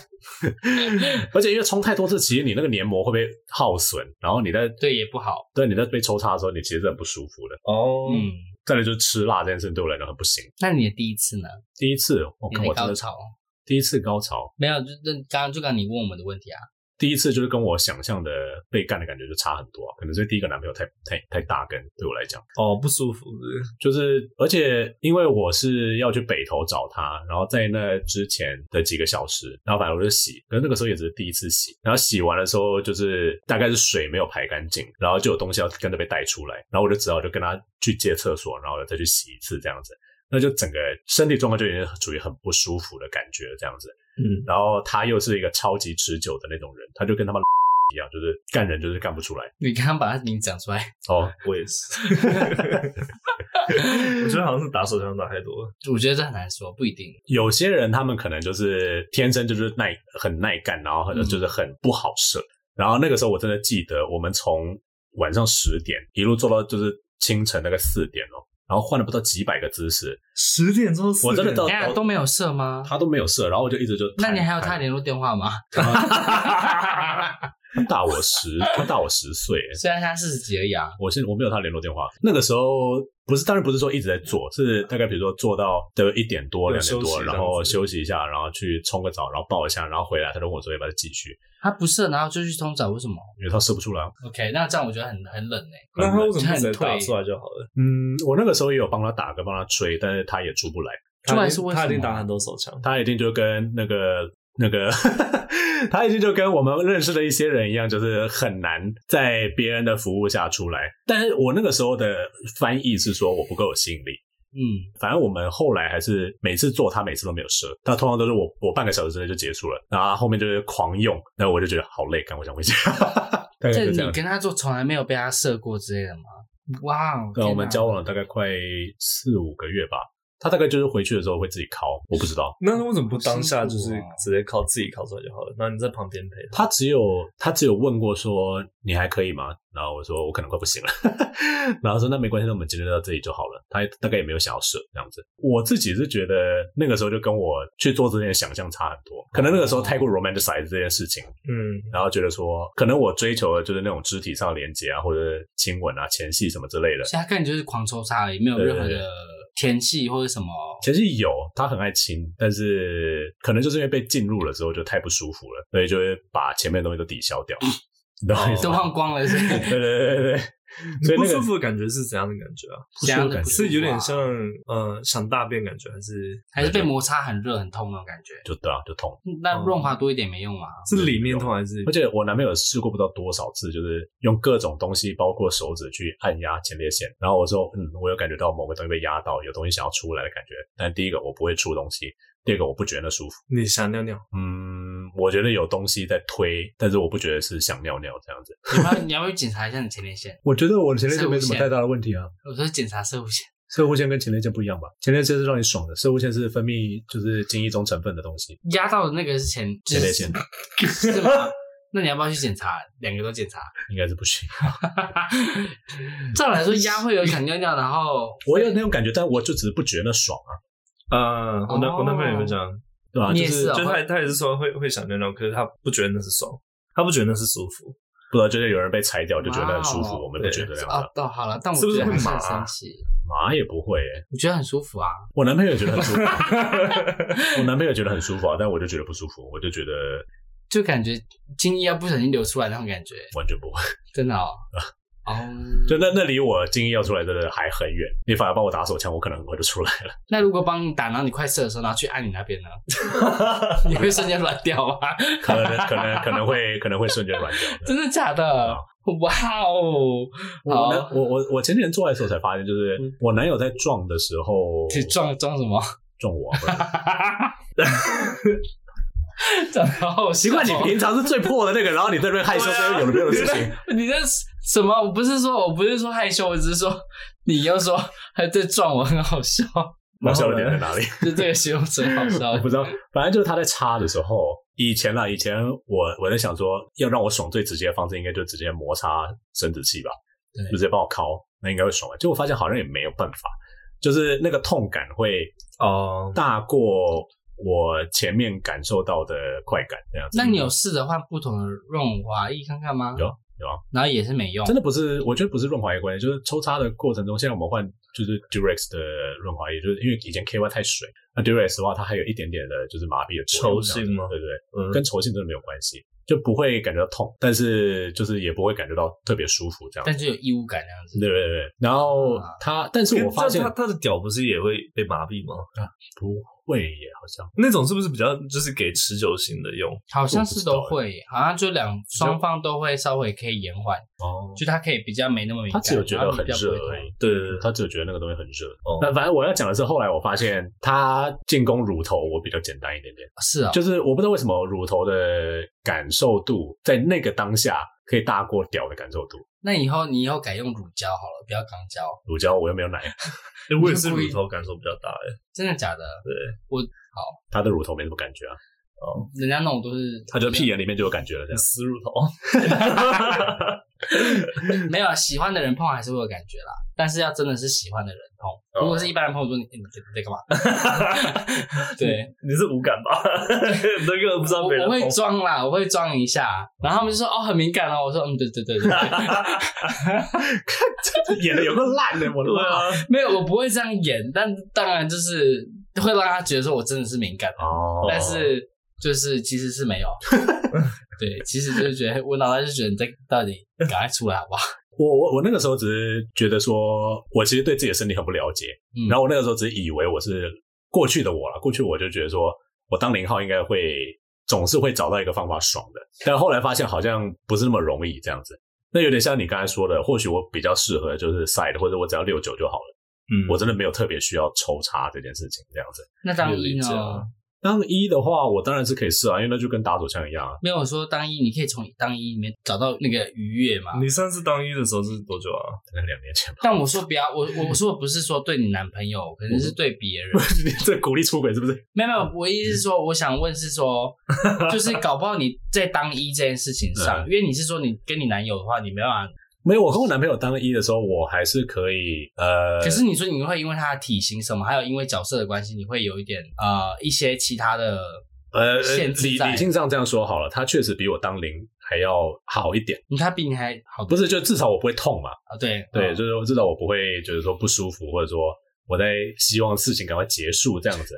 S2: 而且因为冲太多次，其实你那个黏膜会被耗损，然后你在
S3: 对也不好。
S2: 对你在被抽插的时候，你其实是很不舒服的。
S1: 哦，
S3: 嗯，
S2: 再来就是吃辣这件事对我来讲很不行。
S3: 那你的第一次呢？
S2: 第一次，我、哦
S3: 你
S2: 看
S3: 的
S2: 我真
S3: 高
S2: 的
S3: 潮
S2: 第一次高潮，
S3: 没有？就那刚刚就刚你问我们的问题啊，
S2: 第一次就是跟我想象的被干的感觉就差很多、啊，可能是第一个男朋友太太太大根，对我来讲，
S1: 哦，不舒服是不是
S2: 就是而且因为我是要去北投找他，然后在那之前的几个小时，然后反正我就洗，可是那个时候也只是第一次洗，然后洗完的时候就是大概是水没有排干净，然后就有东西要跟着被带出来，然后我就只好就跟他去借厕所，然后再去洗一次这样子。那就整个身体状况就已经处于很不舒服的感觉了这样子。
S1: 嗯，
S2: 然后他又是一个超级持久的那种人，他就跟他们 [LAUGHS] 一样，就是干人就是干不出来
S3: 你刚刚把他名字讲出来，
S2: 哦。
S1: 我也是。 [LAUGHS] 我觉得好像是打手枪打太多了，
S3: 我觉得这很难说，不一定。
S2: 有些人他们可能就是天生就是耐很耐干，然后很
S3: 嗯
S2: 就是很不好射。然后那个时候我真的记得，我们从晚上十点一路做到就是清晨那个四点哦，然后换了不知道几百个姿势，
S1: 十点钟
S2: 我真的到
S3: 等一下都没有射吗？
S2: 他都没有射，然后我就一直就
S3: 那你还有
S2: 他
S3: 他联络电话吗？ [LAUGHS]
S2: 他大我十，他大我十岁，
S3: 虽然他四十几而已啊，
S2: 我现我没有他联络电话。那个时候不是，当然不是说一直在做，是大概比如说做到得一点多、
S1: 有
S2: 两点
S1: 休息
S2: 多，
S1: 这样
S2: 然
S1: 子
S2: 后休息一下，然后去冲个澡，然后抱一下，然后回来，他就问我说要不要再继续，
S3: 他不射，然后就去通找，为什么
S2: 因为他射不出来。啊
S3: ？OK，那这样我觉得很很冷哎、
S1: 那他为什么不直接
S3: 很
S1: 打
S3: 退
S1: 出来就好了？
S2: 嗯，我那个时候也有帮他打个帮他吹，但是他也出不来，
S3: 出来是为什么
S1: 他已
S2: 啊
S1: 经打很多手枪，
S2: 他一定就跟那个那个。 [LAUGHS] 他一定就跟我们认识的一些人一样，就是很难在别人的服务下出来。但是我那个时候的翻译是说我不够有吸引力，
S3: 嗯，
S2: 反正我们后来还是每次做，他每次都没有射，他通常都是我我半个小时之内就结束了，然后他后面就是狂用，那我就觉得好累，赶我想回家。大概
S3: 这
S2: 就这
S3: 你
S2: 样。
S3: 跟他做从来没有被他射过之类的吗？哇哦，
S2: 那我们
S3: 天哪
S2: 交往了大概快四五个月吧，他大概就是回去的时候会自己敲，我不知道。
S1: 那为什么不当下就是
S3: 辛
S2: 哦
S3: 苦啊
S1: 直接靠自己靠出来就好了？那你在旁边陪他，
S2: 他只有他只有问过说你还可以吗？然后我说我可能快不行了， [LAUGHS] 然后说那没关系，那我们今天就到这里就好了。他大概也没有想要射这样子。我自己是觉得那个时候就跟我去做这件想象差很多，可能那个时候太过 romanticize 这件事情，
S1: 嗯，
S2: 然后觉得说可能我追求的就是那种肢体上的连接啊，或者亲吻啊、前戏什么之类的。
S3: 所以他跟你就是狂抽插而已，没有任何
S2: 对对
S3: 的前戏或者什么。
S2: 其实有，他很爱亲，但是可能就是因为被进入了之后就太不舒服了，所以就会把前面的东西都抵消掉，你知道吗？
S3: 都忘光了是不是
S2: [LAUGHS] 对对对对对，嗯所以
S1: 不
S2: 那
S1: 舒
S2: 个
S1: 服的感觉是怎样的感觉啊？
S2: 不舒服
S3: 这样
S2: 的
S3: 的
S2: 感
S3: 不
S2: 觉
S3: 舒服啊
S1: 是有点像呃想大便感觉，还是
S3: 还是被摩擦很热很痛那种感觉。
S2: 就对啊，就痛。
S3: 那润滑多一点没用吗？
S1: 是里面痛还是
S2: 而且我男朋友试过不知道多少次，就是用各种东西，包括手指去按压前列腺。然后我说，嗯，我有感觉到某个东西被压到，有东西想要出来的感觉。但第一个我不会出东西，第二个我不觉得那舒服。
S1: 你想尿尿？
S2: 嗯，我觉得有东西在推，但是我不觉得是想尿尿这样子。
S3: 你要不要你要不要检查一下你前列腺？
S2: 我觉得我的前
S3: 列腺没什么太
S2: 大的问题啊。
S3: 我说检查射物线，
S2: 射护腺跟前列腺不一样吧？前列腺是让你爽的，射护腺是分泌就是精液中成分的东西。
S3: 压到的那个是前
S2: 前列腺
S3: 就是是吗？那你要不要去检查？两个都检查。
S2: 应该是不行。 [LAUGHS]
S3: 照理来说，压会有想尿尿，然后
S2: 我有那种感觉，但我就只是不觉得那爽啊，
S1: [LAUGHS] 呃，我男
S3: 哦
S1: 我男朋友也会这样，
S2: 对吧、
S3: 你
S2: 就
S3: 也
S2: 是
S3: 是哦
S1: 就他他也是说会会想尿尿，可是他不觉得那是爽，他不觉得那是舒服。
S2: 不知道，就是有人被裁掉就觉得很舒服，
S3: 哇哦
S2: 我们不觉得这样
S3: 哦
S2: 的。，
S3: 哦好了，但我
S1: 是不是
S3: 觉得还
S1: 会
S3: 是
S1: 麻
S3: 很
S2: 啊
S3: 生气，
S2: 麻也不会、欸，
S3: 我觉得很舒服啊。
S2: 我男朋友也觉得很舒服，啊 [LAUGHS] 我男朋友觉得很舒服啊，但我就觉得不舒服，我就觉得
S3: 就感觉精液要不小心流出来那种感觉，
S2: 完全不会。
S3: 真的哦。哦，
S2: [LAUGHS] 就那那离我精液要出来真的还很远，你反而帮我打手枪，我可能很快就出来了。
S3: 那如果帮你打，然后你快射的时候，然后去按你那边呢， [LAUGHS] 你会瞬间软掉吗？ [LAUGHS]
S2: 可能可能可能会可能会瞬间软掉。
S3: 真的假的？哇哦！
S2: 我
S3: 好
S2: 男，我我我前几天做爱的时候才发现，就是
S3: 嗯
S2: 我男友在撞的时候
S3: 去撞撞什么？ [LAUGHS]
S2: 撞我啊，不然
S3: 撞到好
S2: 奇怪，你平常是最破的那个，然后你在这边害羞，
S1: 对啊
S2: 这边有了没有的事
S3: 你
S2: 情，
S3: 那你那什么？我不是说我不是说害羞，我只是说你又说还在撞我，很好笑，
S2: 好笑的点在哪里？
S3: 就这个形容词很好
S2: [LAUGHS]
S3: 笑
S2: 我。不知道，反正就是他在插的时候，以前啦，以前我我在想说，要让我爽最直接的方式，应该就直接摩擦生殖器吧，
S3: 对
S2: 就直接帮我敲，那应该会爽吧。结果发现好像也没有办法，就是那个痛感会
S1: 哦，
S2: 大过我前面感受到的快感，这样子。
S3: 那你有试着换不同的润滑液看看吗？
S2: 有有啊，
S3: 然后也是没用
S2: 真。的不是，我觉得不是润滑液关键，就是抽插的过程中，现在我们换就是 Durex 的润滑液，就是因为以前 KY 太水，那 Durex 的话它还有一点点的就是麻痹的作
S1: 稠
S2: 用
S1: 性吗
S2: 对不对？
S1: 嗯，
S2: 跟稠性真的没有关系，就不会感觉到痛，但是就是也不会感觉到特别舒服这样。
S3: 但就有异物感那样子。
S2: 对对对，然后它，但是我发现
S1: 他他的屌不是也会被麻痹吗？
S2: 不会耶，好像
S1: 那种是不是比较就是给持久型的用？
S3: 好像是都会，好像就两双方都会稍微可以延缓，
S2: 哦，
S3: 就它可以比较没那么敏
S2: 他
S3: 感，
S2: 只有觉
S3: 然
S2: 得
S3: 后你
S2: 很
S3: 比较不会
S2: 热
S3: 痛
S2: 而已。
S1: 对对对，
S2: 他只有觉得那个东西很热。
S1: 哦
S2: 那反正我要讲的是，后来我发现他进攻乳头，我比较简单一点点，
S3: 是啊，
S2: 就是我不知道为什么乳头的感受度在那个当下可以大过屌的感受度。
S3: 那以后你以后改用乳胶好了，不要钢胶。
S2: 乳胶我又没有奶，
S1: 诶我也是乳头感受比较大哎，
S3: 真的假的？
S1: 对，
S2: 他的乳头没什么感觉啊，
S3: 人家那种都是
S2: [LAUGHS] 他就屁眼里面就有感觉了这样。
S1: 死乳头。
S3: 没有啊喜欢的人碰还是会有感觉啦，但是要真的是喜欢的人碰，
S1: 哦
S3: 如果是一般人碰，我说你你在你在干嘛？
S2: [LAUGHS]
S3: 对，
S1: 你是无感吧？ [LAUGHS] 那个不知道
S3: 我
S1: 被人
S3: 我会
S1: 碰
S3: 装啦，我会装一下，然后他们就说哦很敏感哦，我说嗯对对对对，
S2: 演的有个烂的，我的
S1: 对
S2: 妈！
S1: 啊，
S3: [LAUGHS] 没有我不会这样演，但当然就是会让他觉得说我真的是敏感的，
S2: 哦
S3: 但是就是其实是
S2: [LAUGHS]
S3: 没有，对，其实就是觉得我脑袋就觉得你在到底赶快出来好不好？
S2: 我我我那个时候只是觉得说，我其实对自己的身体很不了解，
S3: 嗯
S2: 然后我那个时候只是以为我是过去的我了，过去我就觉得说我当零号应该会总是会找到一个方法爽的，但后来发现好像不是那么容易这样子。那有点像你刚才说的，或许我比较适合就是 side，或者我只要六九就好了，
S1: 嗯
S2: 我真的没有特别需要抽插这件事情这样子。
S3: 那当一
S2: 理
S3: 呢
S2: 解？啊当一的话，我当然是可以试啊，因为那就跟打手枪一样啊。
S3: 没有说当一，你可以从当一里面找到那个愉悦嘛。
S1: 你上次当一的时候是多久啊？
S2: 可能两年前吧， [LAUGHS]
S3: 但我说不要，我我我说的不是说对你男朋友，可能是对别人。
S2: 你这鼓励出轨是不是？
S3: 没有没有，我意思是说，我想问是
S2: [LAUGHS]
S3: 说，就是搞不好你在当一这件事情上，因为你是说你跟你男友的话，你没办法。
S2: 没有，我跟我男朋友当一的时候，我还是可以呃，
S3: 可是你说你会因为他的体型什么，还有因为角色的关系，你会有一点呃一些其他的。
S2: 呃
S3: 限制
S2: 理
S3: 在
S2: 理性上这样说好了，他确实比我当零还要好一点，
S3: 你嗯看他比你还好，
S2: 不是就至少我不会痛嘛，
S3: 啊？对
S2: 对，
S3: 嗯
S2: 就是说至少我不会觉得说不舒服，或者说我在希望事情赶快结束这样子，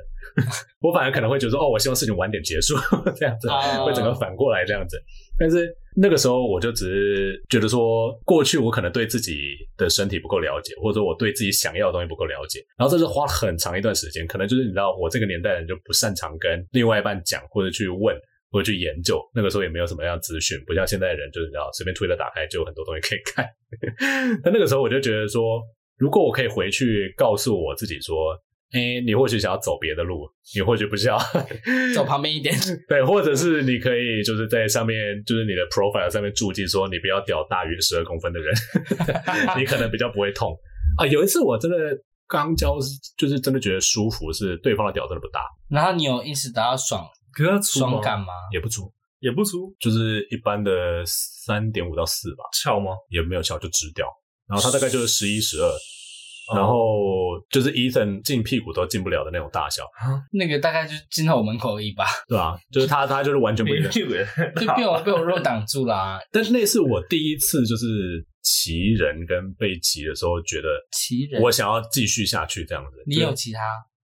S2: 我反而可能会觉得说哦，我希望事情晚点结束 [LAUGHS] 这样子，
S3: 哦
S2: 会整个反过来这样子，但是。那个时候我就只是觉得说，过去我可能对自己的身体不够了解，或者说我对自己想要的东西不够了解，然后这是花了很长一段时间，可能就是你知道，我这个年代人就不擅长跟另外一半讲或者去问或者去研究，那个时候也没有什么样的资讯，不像现在的人就是你知道随便推着打开就有很多东西可以看。 [LAUGHS] 但那个时候我就觉得说，如果我可以回去告诉我自己说，哎、你或许想要走别的路，你或许不想要 [LAUGHS]
S3: 走旁边一点，
S2: 对，或者是你可以就是在上面，就是你的 profile 上面注记说你不要屌大于十二公分的人， [LAUGHS] 你可能比较不会痛啊。有一次我真的刚交，就是真的觉得舒服，是对方的屌真的不大，
S3: 然后你有意识到爽
S1: 可是他粗
S3: 爽
S1: 吗？
S3: 感吗？
S2: 也不粗，
S1: 也不粗，
S2: 就是一般的三点五到四吧，
S1: 翘吗？
S2: 也没有小就直屌，然后它大概就是十一十二。
S1: 哦
S2: 然后就是 Ethan 进屁股都进不了的那种大小，
S3: 那个大概就进到我门口
S2: [LAUGHS]
S3: 而已吧。
S2: 对吧、就是他，他就是完全不一
S1: 你
S2: 样。
S1: 屁股也
S3: 就被我被我肉挡住了、啊。
S2: 但是那是我第一次就是骑人跟被骑的时候，觉得
S3: 奇人，
S2: 我想要继续下去这样子。
S3: 你有其他？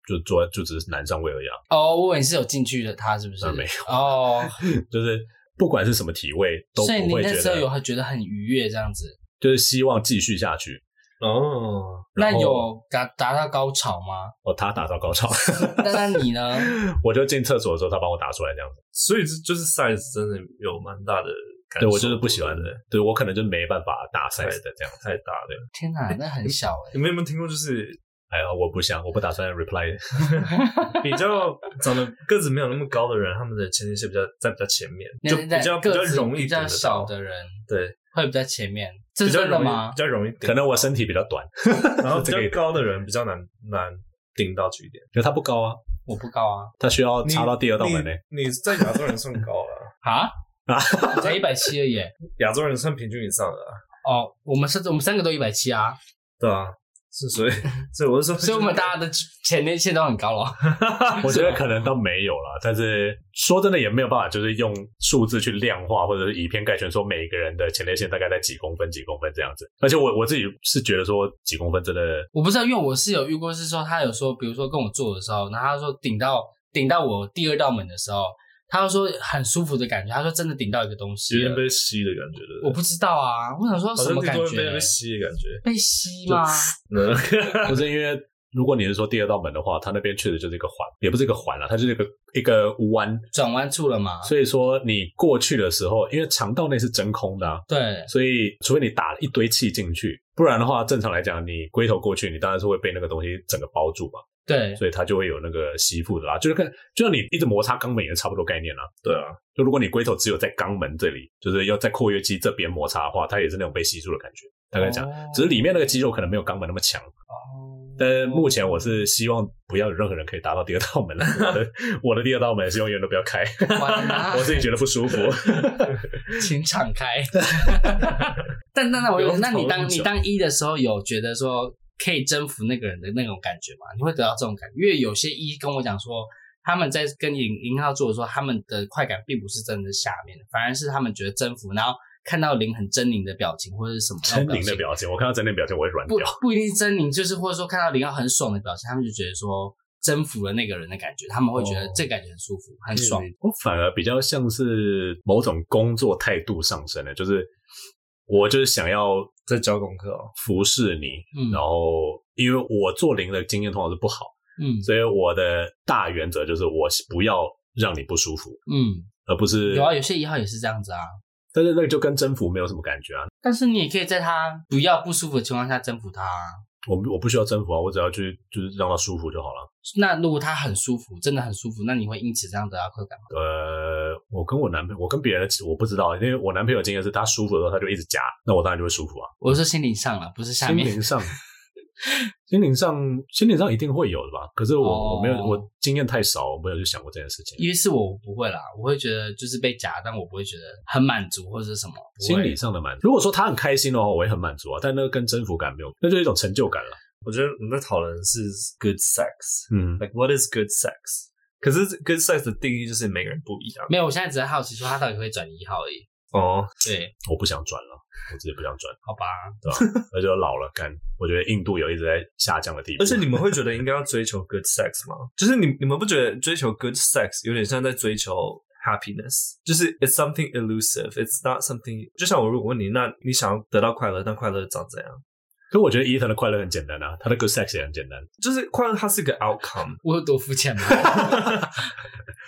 S2: 就就坐就只是难上位而已、啊，
S3: 哦，我以为你是有进去的，他是不是？
S2: 啊没有
S3: 哦，
S2: 就是不管是什么体位 [LAUGHS] 都
S3: 所以
S2: 不
S3: 你
S2: 会
S3: 那
S2: 觉
S3: 时候有
S2: 得，
S3: 觉得很愉悦这样子。
S2: 就是希望继续下去。
S1: 哦，
S3: 那
S2: 然后
S3: 有达达到高潮吗？ [LAUGHS]
S2: 哦，他打到高潮，
S3: 那那你呢？
S2: [LAUGHS] 我就进厕所的时候，他帮我打出来这样子。
S1: 所以这就是 size 真的有蛮大的感受，
S2: 对我就是不喜欢
S1: 对
S2: 的
S1: 对，
S2: 对我可能就没办法大 size 的这样。
S1: 太大了。
S3: 天哪，那很小哎、
S1: 你们有没有听过，就是
S2: 哎呀，我不想，我不打算 reply。
S1: 比较长得个子没有那么高的人，他们的前列腺比较在比较前面，
S3: 那
S1: 就
S3: 那在
S1: 比较比较
S3: 个子
S1: 容易
S3: 比较
S1: 得到
S3: 小的人
S1: 对，
S3: 会比较前面，这
S1: 比
S3: 是
S1: 较
S3: 真的
S1: 容易
S3: 吗
S1: 比？较容易顶到，
S2: 可能我身体比较短，
S1: 然后比
S2: [LAUGHS] 这个也
S1: 较高的人比较难难顶到据点。
S2: 因为他不高啊，
S3: 我不高啊，
S2: 他需要插到第二道门呢、
S1: 你你在亚洲人算高了，
S3: 啊
S2: 啊，
S3: 我才一百七而已欸、
S1: 亚洲人算平均以上的啊，
S3: 哦，我们是我们三个都一百七啊，
S1: 对啊。是所以，所以我是说，
S3: 所以我们大家的前列腺都很高了。
S2: 我觉得可能倒没有啦，但是说真的也没有办法，就是用数字去量化，或者是以偏概全，说每一个人的前列腺大概在几公分、几公分这样子。而且我我自己是觉得说几公分真的，
S3: 我不知道，因为我是有遇过，是说他有说，比如说跟我做的时候，然后他说顶到顶到我第二道门的时候，他就说很舒服的感觉，他说真的顶到一个东西
S1: 有点
S3: 了
S1: 被吸的感觉对
S3: 我
S1: 不
S3: 不知道啊，我想说
S1: 对
S3: 什么
S1: 好像
S3: 感
S1: 最多
S3: 觉欸
S1: 被？被吸的感觉。
S3: 被吸吗？
S1: 嗯
S2: 不是因为如果你是说第二道门的话，它那边确实就是一个环，也不是一个环了，它就是一个一个弯。
S3: 转弯处了吗？
S2: 所以说你过去的时候，因为肠道内是真空的、啊，
S3: 对，
S2: 所以除非你打一堆气进去，不然的话，正常来讲，你龟头过去，你当然是会被那个东西整个包住嘛，
S3: 对，
S2: [LAUGHS] 所以它就会有那个吸附的啦。就是跟就像你一直摩擦肛门也是差不多概念啦。
S1: 对啊，
S2: 就如果你龟头只有在肛门这里，就是要在括约肌这边摩擦的话，它也是那种被吸住的感觉。大概讲，
S3: 哦
S2: 只是里面那个肌肉可能没有肛门那么强。
S3: 哦
S2: 但是目前我是希望不要有任何人可以达到第二道门了。我的 [LAUGHS] 我的第二道门是永远都不要开，
S3: 完了
S2: 我自己觉得不舒
S3: [LAUGHS]
S2: 服。
S3: 请敞开。 [LAUGHS] 但但那我
S1: 不用
S3: 那
S1: 讨
S3: 你
S1: 论
S3: 当
S1: 那么久
S3: 你当一的时候，有觉得说可以征服那个人的那种感觉吗？你会得到这种感觉？因为有些一跟我讲说，他们在跟零零号做的时候，他们的快感并不是真的下面的，反而是他们觉得征服，然后看到零很狰狞的表情或者是什么
S2: 狰
S3: 那种
S2: 狞的
S3: 情
S2: 表情，我看到狰狞的表情我会软
S3: 不
S2: 掉。
S3: 不一定是狰狞，就是或者说看到林耀很爽的表情，他们就觉得说征服了那个人的感觉，他们会觉得
S1: 哦
S3: 这个感觉很舒服、很爽。
S2: 我反而比较像是某种工作态度上升的，就是我就是想要
S1: 在教功课哦。
S2: 服侍你，
S3: 嗯
S2: 然后因为我做零的经验通常是不好，
S3: 嗯
S2: 所以我的大原则就是我不要让你不舒服，
S3: 嗯，
S2: 而不是
S3: 有啊，有些一号也是这样子啊。
S2: 但是那个就跟征服没有什么感觉啊。
S3: 但是你也可以在他不要不舒服的情况下征服他啊、
S2: 我我不需要征服啊，我只要去就是让他舒服就好了。
S3: 那如果他很舒服，真的很舒服，那你会因此这样得到快感吗？
S2: 呃，我跟我男朋友，我跟别人的我不知道，因为我男朋友的经验是他舒服的时候他就一直夹，那我当然就会舒服啊。
S3: 我说心灵上了，不是下
S2: 心
S3: 面。
S2: 灵上，心灵上，心灵上一定会有的吧？可是我、
S3: 哦
S2: 我没有，我经验太少，我没有去想过这件事情。
S3: [LAUGHS] 因为是我，我不会啦，我会觉得就是被夹，但我不会觉得很满足或者是什么。不会
S2: 心理上的满足，如果说他很开心的话，我也很满足啊。但那个跟征服感没有，那就是一种成就感了。
S1: 我觉得我们在讨论的是 good sex，like
S2: 嗯，
S1: what is good sex？可是 good sex 的定义就是每个人不一
S3: [LAUGHS]
S1: 样
S3: 没有，我现在只是好奇说他到底会转一号而已。
S1: 哦。
S3: 对，
S2: 我不想转了，我自己不想转，
S3: 好吧，
S2: 而且我老了，干，我觉得印度有一直在下降的地步。啊
S1: 而且你们会觉得应该要追求 good sex 吗？就是你你们不觉得追求 good sex 有点像在追求 happiness？就是 it's something elusive，it's not something。就像我如果问你，那你想要得到快乐，但快乐长怎样？
S2: 可我觉得伊藤的快乐很简单啊，他的 good sex 也很简单。
S1: 就是快乐，它是一个 outcome， [LAUGHS]
S3: 我有多肤浅吗？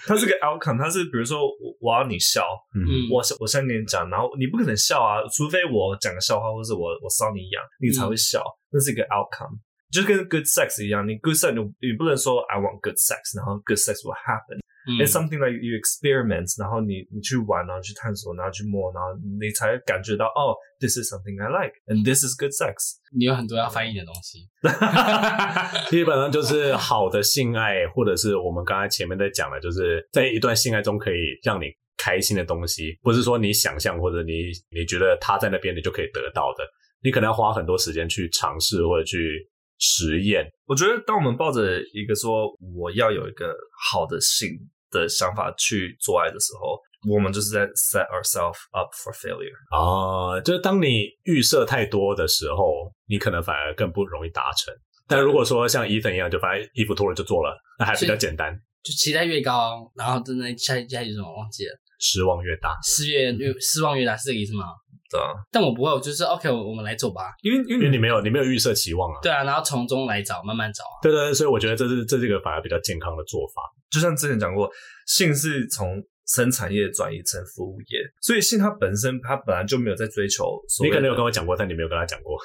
S1: 它是个 outcome，它是比如说我我要你笑，
S3: 嗯
S2: [LAUGHS]
S1: 我想我想跟你讲，然后你不可能笑啊，除非我讲个笑话，或者我我搔你痒，你才会笑，那是一个 outcome。就跟 good sex 一样，你 good sex 你你不能说 I want good sex，然后 good sex will happen、
S3: 嗯
S1: It's something that you experiment，然后你你去玩，然后去探索，然后去摸，然后你才感觉到哦，this is something I like and this is good sex。
S3: 你有很多要翻译的东
S2: [LAUGHS]
S3: 西。 [LAUGHS]
S2: 基本上就是好的性爱，或者是我们刚才前面在讲的，就是在一段性爱中可以让你开心的东西，不是说你想象或者你你觉得他在那边你就可以得到的，你可能要花很多时间去尝试或者去实验。
S1: 我觉得当我们抱着一个说我要有一个好的性的想法去做爱的时候，我们就是在 set ourselves up for failure。
S2: 啊、就是当你预设太多的时候，你可能反而更不容易达成。但如果说像伊藤一样，就反正衣服脱了就做了，那还比较简单，
S3: 就期待越高，然后真的下下一种我忘记了，
S2: 失望越大。
S3: 失越越失望越大，是这个意思吗？
S1: 对啊，
S3: 但我不会，我就是 OK，我我们来做吧。
S1: 因为因
S2: 因为
S1: 为
S2: 你
S1: 你
S2: 没有，你没有预设期望啊。
S3: 对啊，然后从中来找，慢慢找啊。
S2: 对对对，所以我觉得这是这是一个反而比较健康的做法。
S1: 就像之前讲过，性是从生产业转移成服务业，所以性它本身它本来就没有在追求所谓
S2: 你
S1: 的。
S2: 可能有跟我讲过，但你没有跟他讲过。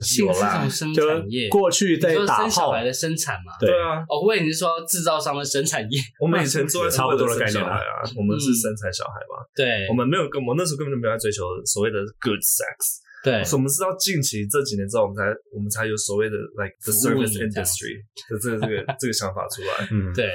S3: 性是从
S2: [LAUGHS]
S3: 生
S2: 就
S3: 产业，
S2: 过去在
S3: 你说
S1: 啊
S2: 打
S3: 生小
S2: 炮，
S3: 孩的生产嘛。
S2: 对
S1: 对啊，
S3: 哦，我以为你是说制造商的生产业。 [LAUGHS]
S1: 我们以前做
S2: 差不多的概念
S1: 小
S2: 啊
S1: 孩啊，我们是
S3: 嗯
S1: 生产小孩嘛，
S3: 对
S1: 我，们没有跟我那时候根本就没有在追求所谓的 good sex，
S3: 对，
S1: 所以我们是到近期这几年之后，我们才我们才有所谓的 like the
S3: 服务你
S1: service
S3: 这样
S1: industry 的这个
S2: [LAUGHS]
S1: 这个这个想法出来。
S2: 嗯，，
S3: 对，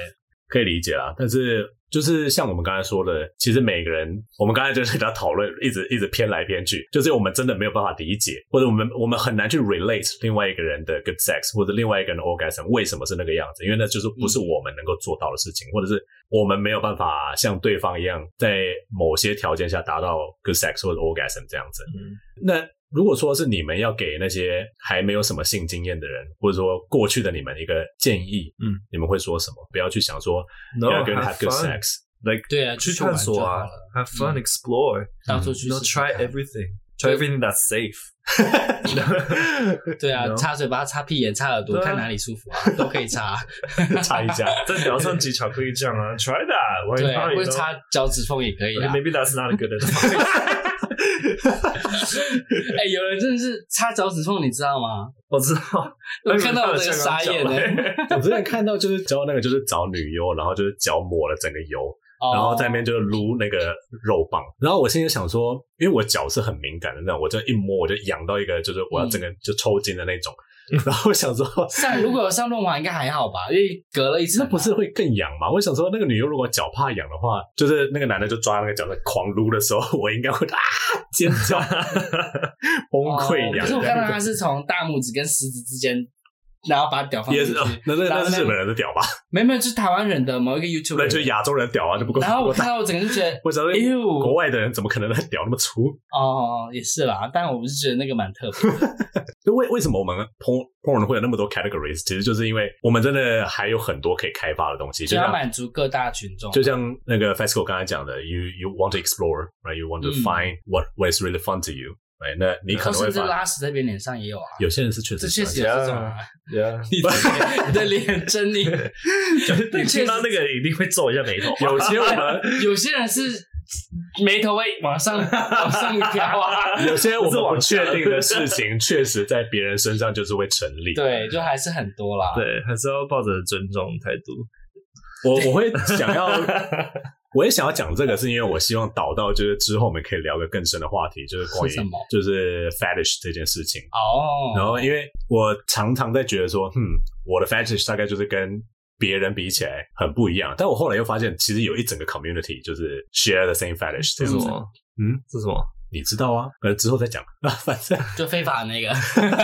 S2: 可以理解啦。但是就是像我们刚才说的，其实每个人，我们刚才就是在讨论，一直一直偏来偏去，就是我们真的没有办法理解，或者我们我们很难去 relate 另外一个人的 good sex 或者另外一个人的 orgasm 为什么是那个样子，因为那就是不是我们能够做到的事情，或者是我们没有办法像对方一样，在某些条件下达到 good sex 或者 orgasm 这样子。
S1: 嗯
S2: 那如果说是你们要给那些还没有什么性经验的人，或者说过去的你们一个建议，
S1: 嗯，
S2: 你们会说什么？不要去想说
S1: No,
S2: you're gonna
S1: have
S2: have good
S1: fun.
S2: sex， [LAUGHS]
S1: like
S3: 对啊，
S1: 去
S3: 去
S1: 探索
S3: 玩
S1: 啊
S3: 就好了
S1: ，have
S2: 嗯
S1: fun explore，
S3: 当做去
S1: you know
S3: 试试看
S1: try everything。Try
S3: 对
S1: everything that's safe。
S3: 对啊
S1: you，know
S3: 擦嘴巴、擦屁眼、擦耳朵，
S1: 对啊
S3: 看哪里舒服啊， [LAUGHS] 都可
S1: [LAUGHS]
S3: 以擦。
S2: 查一下。
S1: 再聊上几巧克力酱
S3: [LAUGHS]
S1: 啊，Try that。Why
S3: 对啊，
S1: not？
S3: 或
S1: you
S3: 者
S1: know？
S3: 擦脚趾缝也可以啊。
S1: Maybe that's not a good advice。
S3: 哎，有人真的是擦脚趾缝，你知道吗？
S1: [LAUGHS] 我知道，
S3: [LAUGHS] 我看到我这个
S1: 香港
S3: 傻
S1: 脚 [LAUGHS]
S3: 眼
S2: [LAUGHS]
S3: 的。
S2: 我之前看到就是教那个就是找女优，然后就是脚抹了整个油，
S3: 哦
S2: 然后在那边就是撸那个肉棒。然后我心里想说，因为我脚是很敏感的那种，我就一摸我就痒到一个，就是我要整个就抽筋的那种。 [LAUGHS] 然后我想说，
S3: 上如果有上润滑应该还好吧，因为隔了一层
S2: 那
S3: 啊。
S2: 不是会更痒吗？我想说，那个女优如果脚怕痒的话，就是那个男的就抓那个脚在狂撸的时候， [LAUGHS] 我应该会啊尖 [LAUGHS] 叫、崩溃
S3: 哦
S2: 痒
S3: 可。是我看到他是从大拇指跟食指之间，然后把屌放
S2: 也
S3: 进去
S2: 是，哦，那那
S3: 然
S2: 那
S3: 后
S2: 是日本人的屌吧？
S3: 没有没有，就是台湾人的某一个 YouTube，
S2: 那就是亚洲人屌啊，就不够。
S3: 然后我看到我整个就觉
S2: [LAUGHS]
S3: 得，
S2: 我想说
S3: 哎，呦，
S2: 国外的人怎么可能那屌那么粗？
S3: 哦，也是啦，但我不是觉得那个蛮特
S2: [LAUGHS]
S3: 别的，
S2: 就为为什么我们 porn porn 会有那么多 categories？其实就是因为我们真的还有很多可以开发的东西，就
S3: 就要
S2: 像
S3: 满足各大群众。
S2: 就像那个 Fasco 刚才讲的，you you want to explore, right? You want to
S3: 嗯
S2: find what what is really fun to you, right? 那你可
S3: 或
S2: 能
S3: 甚
S2: 会
S3: 至
S2: 发
S3: 拉屎在别人脸上也有啊，
S2: 有些人是确实
S3: 这确实
S2: 喜
S3: 有
S2: 欢
S3: 这种啊。
S1: Yeah，
S3: 你的脸你的脸狰狞， [LAUGHS]
S1: 你听到那个一定会皱一下眉头。
S2: [LAUGHS] 有些我们
S3: 有些人是眉头会往上往上
S2: [LAUGHS]
S3: 飘啊，
S2: 有些我
S1: 不是
S2: 们
S1: 往
S2: 不确
S1: 下
S2: 定的
S1: [LAUGHS]
S2: 事情，确实在别人身上就是会成立。
S3: 对，就还是很多
S1: [LAUGHS]
S3: 啦。
S1: 对，还是要抱着尊重态度。
S2: 我我会想要，我也想要讲这个，是因为我希望导到就是之后我们可以聊个更深的话题，就是关于
S3: 是什么
S2: 就是 fetish 这件事情。
S3: 哦，
S2: 然后因为我常常在觉得说，嗯，我的 fetish 大概就是跟别人比起来很不一样，但我后来又发现，其实有一整个 community 就是 share the same fetish 这
S1: 这是
S2: 样
S1: 什
S2: 子。
S1: 么？
S2: 嗯，
S1: 这是什么？
S2: 你知道啊，呃，之后再讲啊，反正，
S3: 就非法那
S2: [LAUGHS]
S3: 个， [LAUGHS]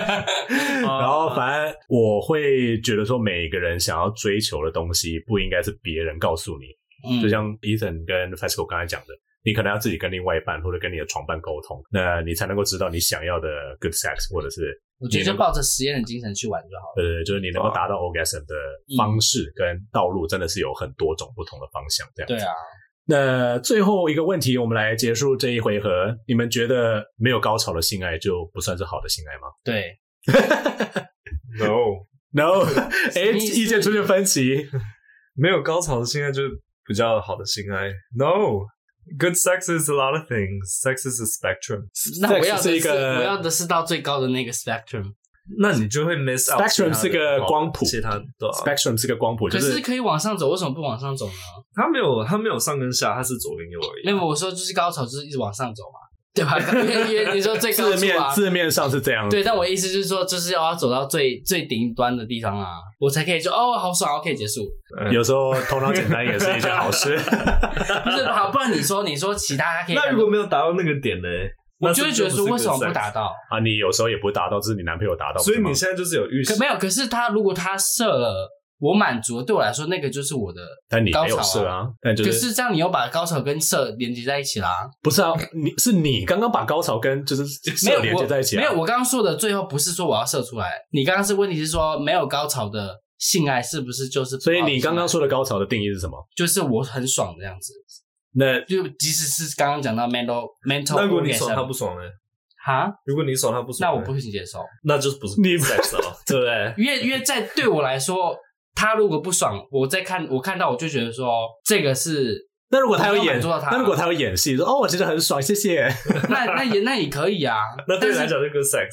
S3: 哦
S2: 然后反正我会觉得说，每个人想要追求的东西，不应该是别人告诉你，
S3: 嗯
S2: 就像 Ethan 跟 Fasco 刚才讲的，你可能要自己跟另外一半或者跟你的床伴沟通，那你才能够知道你想要的 good sex，或者是
S3: 我觉得就抱着实验的精神去玩就好了。
S2: 呃，就是你
S3: 啊
S2: 能够达到 orgasm 的
S3: 嗯
S2: 方式跟道路，真的是有很多种不同的方向。这样子
S3: 对啊，
S2: 那最后一个问题，我们来结束这一回合。你们觉得没有高潮的性爱就不算是好的性爱吗
S3: 对，
S1: No，
S3: [LAUGHS]
S2: ？No，哎，
S3: 什么意思
S2: 意见出现分歧。
S1: 没有高潮的性爱就是比较好的性爱。No，good sex is a lot of things. Sex is a spectrum.
S3: 那我要
S2: Sex
S3: 的
S2: 是一个
S3: 我要的是到最高的那个 spectrum，
S1: 那你就会 miss out 其他
S2: Spectrum
S1: 的哦
S2: 是个光谱
S1: 其他对啊
S2: Spectrum 是个光谱，就
S3: 可
S2: 是
S3: 是可以往上走，为什么不往上走呢？
S1: 它没有它没有上跟下，它是左跟右而已。
S3: 那么我说就是高潮就是一直往上走嘛，对吧？ [LAUGHS] 因为因为你说最高
S2: 字面
S3: 处啊，
S2: 字面上是这样。
S3: 对，但我意思就是说，就是要要走到最最顶端的地方啊，我才可以说哦，好爽，我可以结束。
S2: 有时候头脑简单也是一件好
S3: [LAUGHS]
S2: 事。 [LAUGHS]
S3: 不是，好，不然你说，你说其他可以，
S1: 那如果没有达到那个点呢？
S3: 我
S1: 那
S3: 就会觉得说，
S1: 是
S3: 为什么不
S1: good sex
S3: 达？到？
S2: 啊，你有时候也不会达到，这是你男朋友达到，
S1: 所以
S2: 不
S1: 你
S2: 是
S1: 现
S2: 吗
S1: 在就是有预
S3: 可
S1: 示
S3: 没有，可是他如果他射了，我满足，对我来说那个就是我的。
S2: 但你没
S3: 高
S2: 有
S3: 潮啊
S2: 射啊，但就
S3: 可
S2: 是
S3: 是这样，你又把高潮跟射连接在一起啦。
S2: 不是啊，你是你刚刚把高潮跟就是
S3: 没有
S2: 射连接在一起、啊
S3: 我没有，我刚刚说的最后不是说我要射出来，你刚刚是问题是说没有高潮的性爱是不是就是？
S2: 所以你刚刚说的高潮的定义是什么？
S3: 啊就是我很爽这样子，
S2: 那
S3: 就即使是刚刚讲到 mental mental，
S1: 那如果你爽
S3: orgasm
S1: 他不爽呢？
S3: 哈，
S1: 如果你爽他不爽
S3: 那
S1: 呢，
S3: 我不行接受，
S1: 那就是不是
S2: 你
S1: sex 了，对不对？，
S3: 因为因为在对我来说，他如果不爽，我在看我看到我就觉得说这个是
S2: 那如果他有
S3: 我没有
S2: 演，
S3: 满足到他
S2: 那如果他有演戏，说哦，我觉得很爽，谢谢。
S3: 那那也那也可以啊
S1: 那对你
S3: [LAUGHS] 但
S1: 来
S3: 是
S1: 讲，这个 sex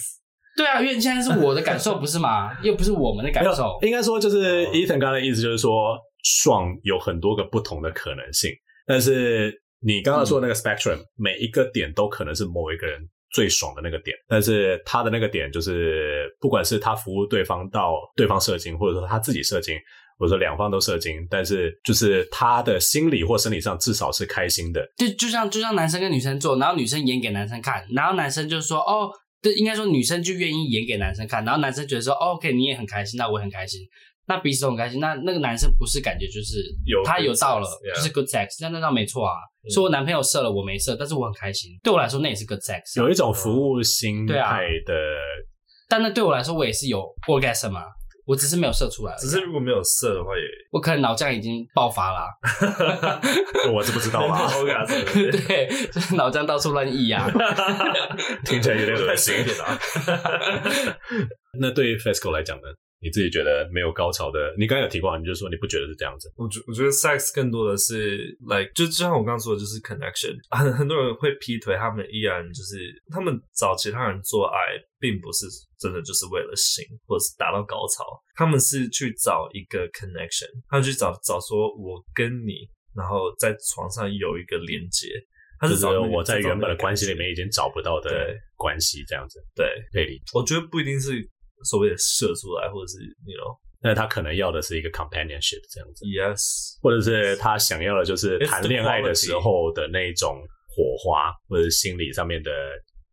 S3: 对啊，因为现在是我的感受不是吗？又不是我们的感
S2: 没有
S3: 受，
S2: 应该说就是 Ethan 刚才的意思就是说，爽有很多个不同的可能性，但是你刚刚说的那个 spectrum，、每一个点都可能是某一个人。最爽的那个点，但是他的那个点就是，不管是他服务对方到对方射精，或者说他自己射精，或者说两方都射精，但是就是他的心理或生理上至少是开心的，
S3: 就就像就像男生跟女生做，然后女生演给男生看，然后男生就说哦，对，应该说女生就愿意演给男生看，然后男生觉得说、哦、OK，你也很开心，那我也很开心，那彼此都很开心，那那个男生不是感觉就是
S1: 有
S3: 他
S1: good 嗯
S3: 有到了
S1: sex，yeah
S3: 就是 good sex，那那倒没错啊，说我男朋友射了我没射，但是我很开心，对我来说那也是 good sex，啊、
S2: 有一种服务心
S3: 对啊
S2: 态的
S3: 但那对我来说我也是有 orgasm 啊，我只是没有射出来而已，
S1: 只是如果没有射的话
S3: [LAUGHS]
S1: 也，
S3: 我可能脑浆已经爆发啊
S1: [LAUGHS]
S3: 啦、
S2: [LAUGHS] 我是不知道
S1: 啊
S2: 啦，
S3: [LAUGHS]
S1: ，orgasm，
S3: 对，就是脑浆到处乱溢啊。
S2: 听起来有点恶心
S1: 一。点啊。
S2: 那对于 FESCO 来讲呢，你自己觉得没有高潮的，你刚刚有提过，你就说你不觉得是这样子，
S1: 我觉我觉得 sex 更多的是 like 就就像我刚刚说的，就是 connection。很很多人会劈腿，他们依然就是他们找其他人做爱，并不是真的就是为了性或者是达到高潮，他们是去找一个 connection，他们去找找说我跟你，然后在床上有一个连接。他
S2: 就是是
S1: 找那个
S2: 我在原本的关系里，
S1: 找那个感觉
S2: 面已经找不到的
S1: 对
S2: 关系这样子，
S1: 对
S2: 可以理解。
S1: 我觉得不一定是所谓的射出来，或者是 you know
S2: 那他可能要的是一个 companionship 这样子，
S1: yes
S2: 或者是他想要的就是
S1: It's the
S2: 谈恋爱的时候的那种火花，或者是心理上面的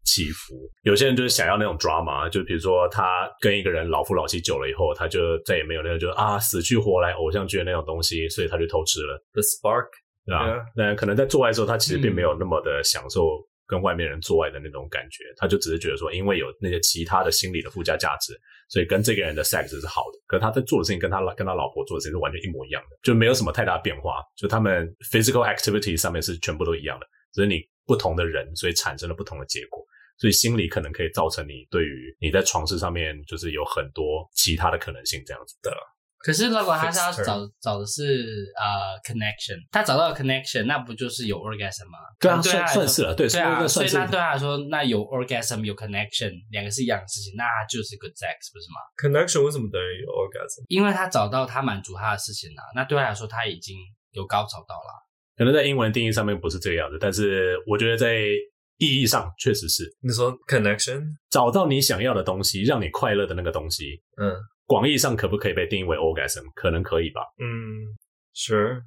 S2: 起伏。有些人就是想要那种 drama，就比如说他跟一个人老夫老妻久了以后，他就再也没有那种就是啊死去活来偶像剧的那种东西，所以他就偷吃了，
S1: the spark
S2: 对啊嗯吧
S1: Yeah.？
S2: 那可能在做爱的时候，他其实并没有那么的享受。跟外面人做爱的那种感觉，他就只是觉得说，因为有那些其他的心理的附加价值，所以跟这个人的 sex 是好的，可是他在做的事情跟他跟他老婆做的事情是完全一模一样的，就没有什么太大的变化，就他们 physical activity 上面是全部都一样的，只是你不同的人，所以产生了不同的结果，所以心理可能可以造成你对于你在床事上面就是有很多其他的可能性这样子的。
S3: 啊可是如果他是要
S1: Fixed term
S3: 找找的是呃 connection，他找到了 connection，那不就是有 orgasm 吗？
S2: 对啊，
S3: 对
S2: 算
S3: 啊
S2: 算是了，对，
S3: 对
S2: 那
S3: 啊，
S2: 个算
S3: 所以
S2: 是
S3: 那对他来说，那有 orgasm 有 connection 两个是一样的事情，那他就是 good sex 不是吗？
S1: connection 为什么等于有 orgasm？
S3: 因为他找到他满足他的事情啦、那对他来说他已经有高潮到了。
S2: 可能在英文定义上面不是这个样子，但是我觉得在意义上确实是
S1: 你说 connection？
S2: 找到你想要的东西，让你快乐的那个东西。
S1: 嗯
S2: 广义上可不可以被定义为 orgasm？可能可以吧。
S1: 嗯，sure。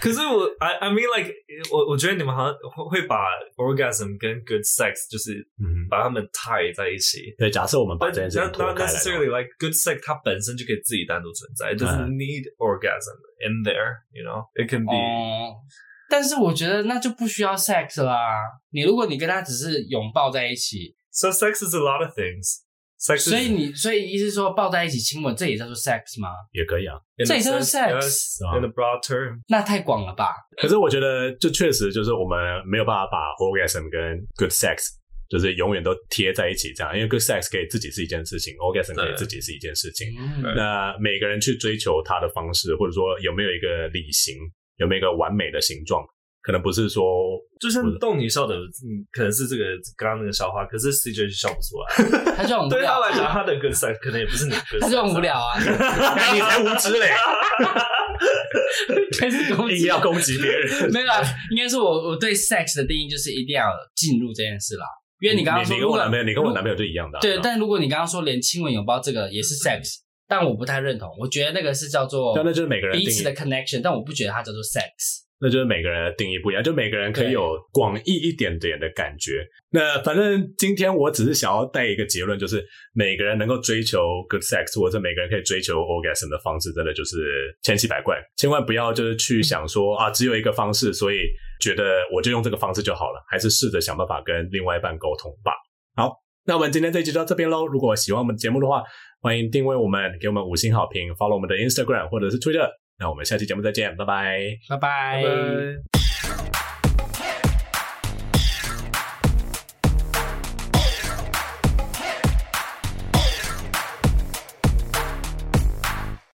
S1: 可是我，I I mean like，我我觉得你们好像会会把 orgasm 跟 good sex 就是
S2: 嗯，
S1: 把它们 tie 在一起。
S2: 对，假设我们把
S1: But
S2: 这件
S1: not
S2: 事情
S1: not
S2: 脱开来的
S1: necessarily
S2: 话，
S1: like good sex，它本身就可以自己单独存在，it doesn't
S2: 嗯
S1: need orgasm in there. You know, it can be
S3: 哦、但是我觉得那就不需要 sex 啦。你如果你跟他只是拥抱在一起，
S1: so sex is a lot of things. Sex,
S3: 所以你所以意思是说抱在一起亲吻，这也叫做 sex 吗？
S2: 也可以啊。
S1: in
S3: 这
S1: a
S3: 也叫做
S1: sense,
S3: sex
S1: yes,
S2: 啊
S1: in a broad term.
S3: 那太广了吧？
S2: 可是我觉得，就确实就是我们没有办法把 orgasm 跟 good sex 就是永远都贴在一起这样，因为 good sex 可以自己是一件事情，orgasm 可以
S1: 对
S2: 自己是一件事情。
S3: 嗯
S1: 对
S2: 那每个人去追求它的方式，或者说有没有一个理型，有没有一个完美的形状，可能不是
S3: [LAUGHS]
S2: 说
S1: 就像
S2: 我的
S1: 动你笑的，嗯，可能是这个刚刚那个笑话，可是 CJ 是笑不出来。
S3: 他就很无
S1: 对他
S3: 聊、
S1: 来讲，
S3: 啊，
S1: 他的 good sex 可能也不是你的
S2: [LAUGHS]
S1: good sex，
S3: 他就很无聊啊，
S2: 你才无知
S3: [LAUGHS]
S2: 嘞，
S3: 开始攻
S2: 硬
S3: 击
S2: 要。攻击别人。
S3: 没有啦，应该是我我对 sex 的定义就是一定要进入这件事啦。因为你刚刚说，
S2: 你跟我男朋友，你跟我
S3: 友。
S2: 男朋友就一样的啊、
S3: 对，但如果你刚刚说连亲吻拥抱这个也是 sex，但我不太认同，我觉得那个是叫做
S2: 但那就是每个人
S3: 彼
S2: 定义
S3: 此的 connection，但我不觉得它叫做 sex。
S2: 那就是每个人的定义不一样，就每个人可以
S3: 对
S2: 有广义一点点的感觉。那反正今天我只是想要带一个结论，就是每个人能够追求 good sex，或者每个人可以追求 orgasm 的方式，真的就是千奇百怪。千万不要就是去想说啊，只有一个方式，所以觉得我就用这个方式就好了，还是试着想办法跟另外一半沟通吧。好，那我们今天这一集就到这边喽。如果喜欢我们节目的话，欢迎订阅我们，给我们五星好评，follow 我们的 Instagram 或者是 Twitter。那我们下期节目再见，拜拜。
S3: 拜拜。
S1: 拜拜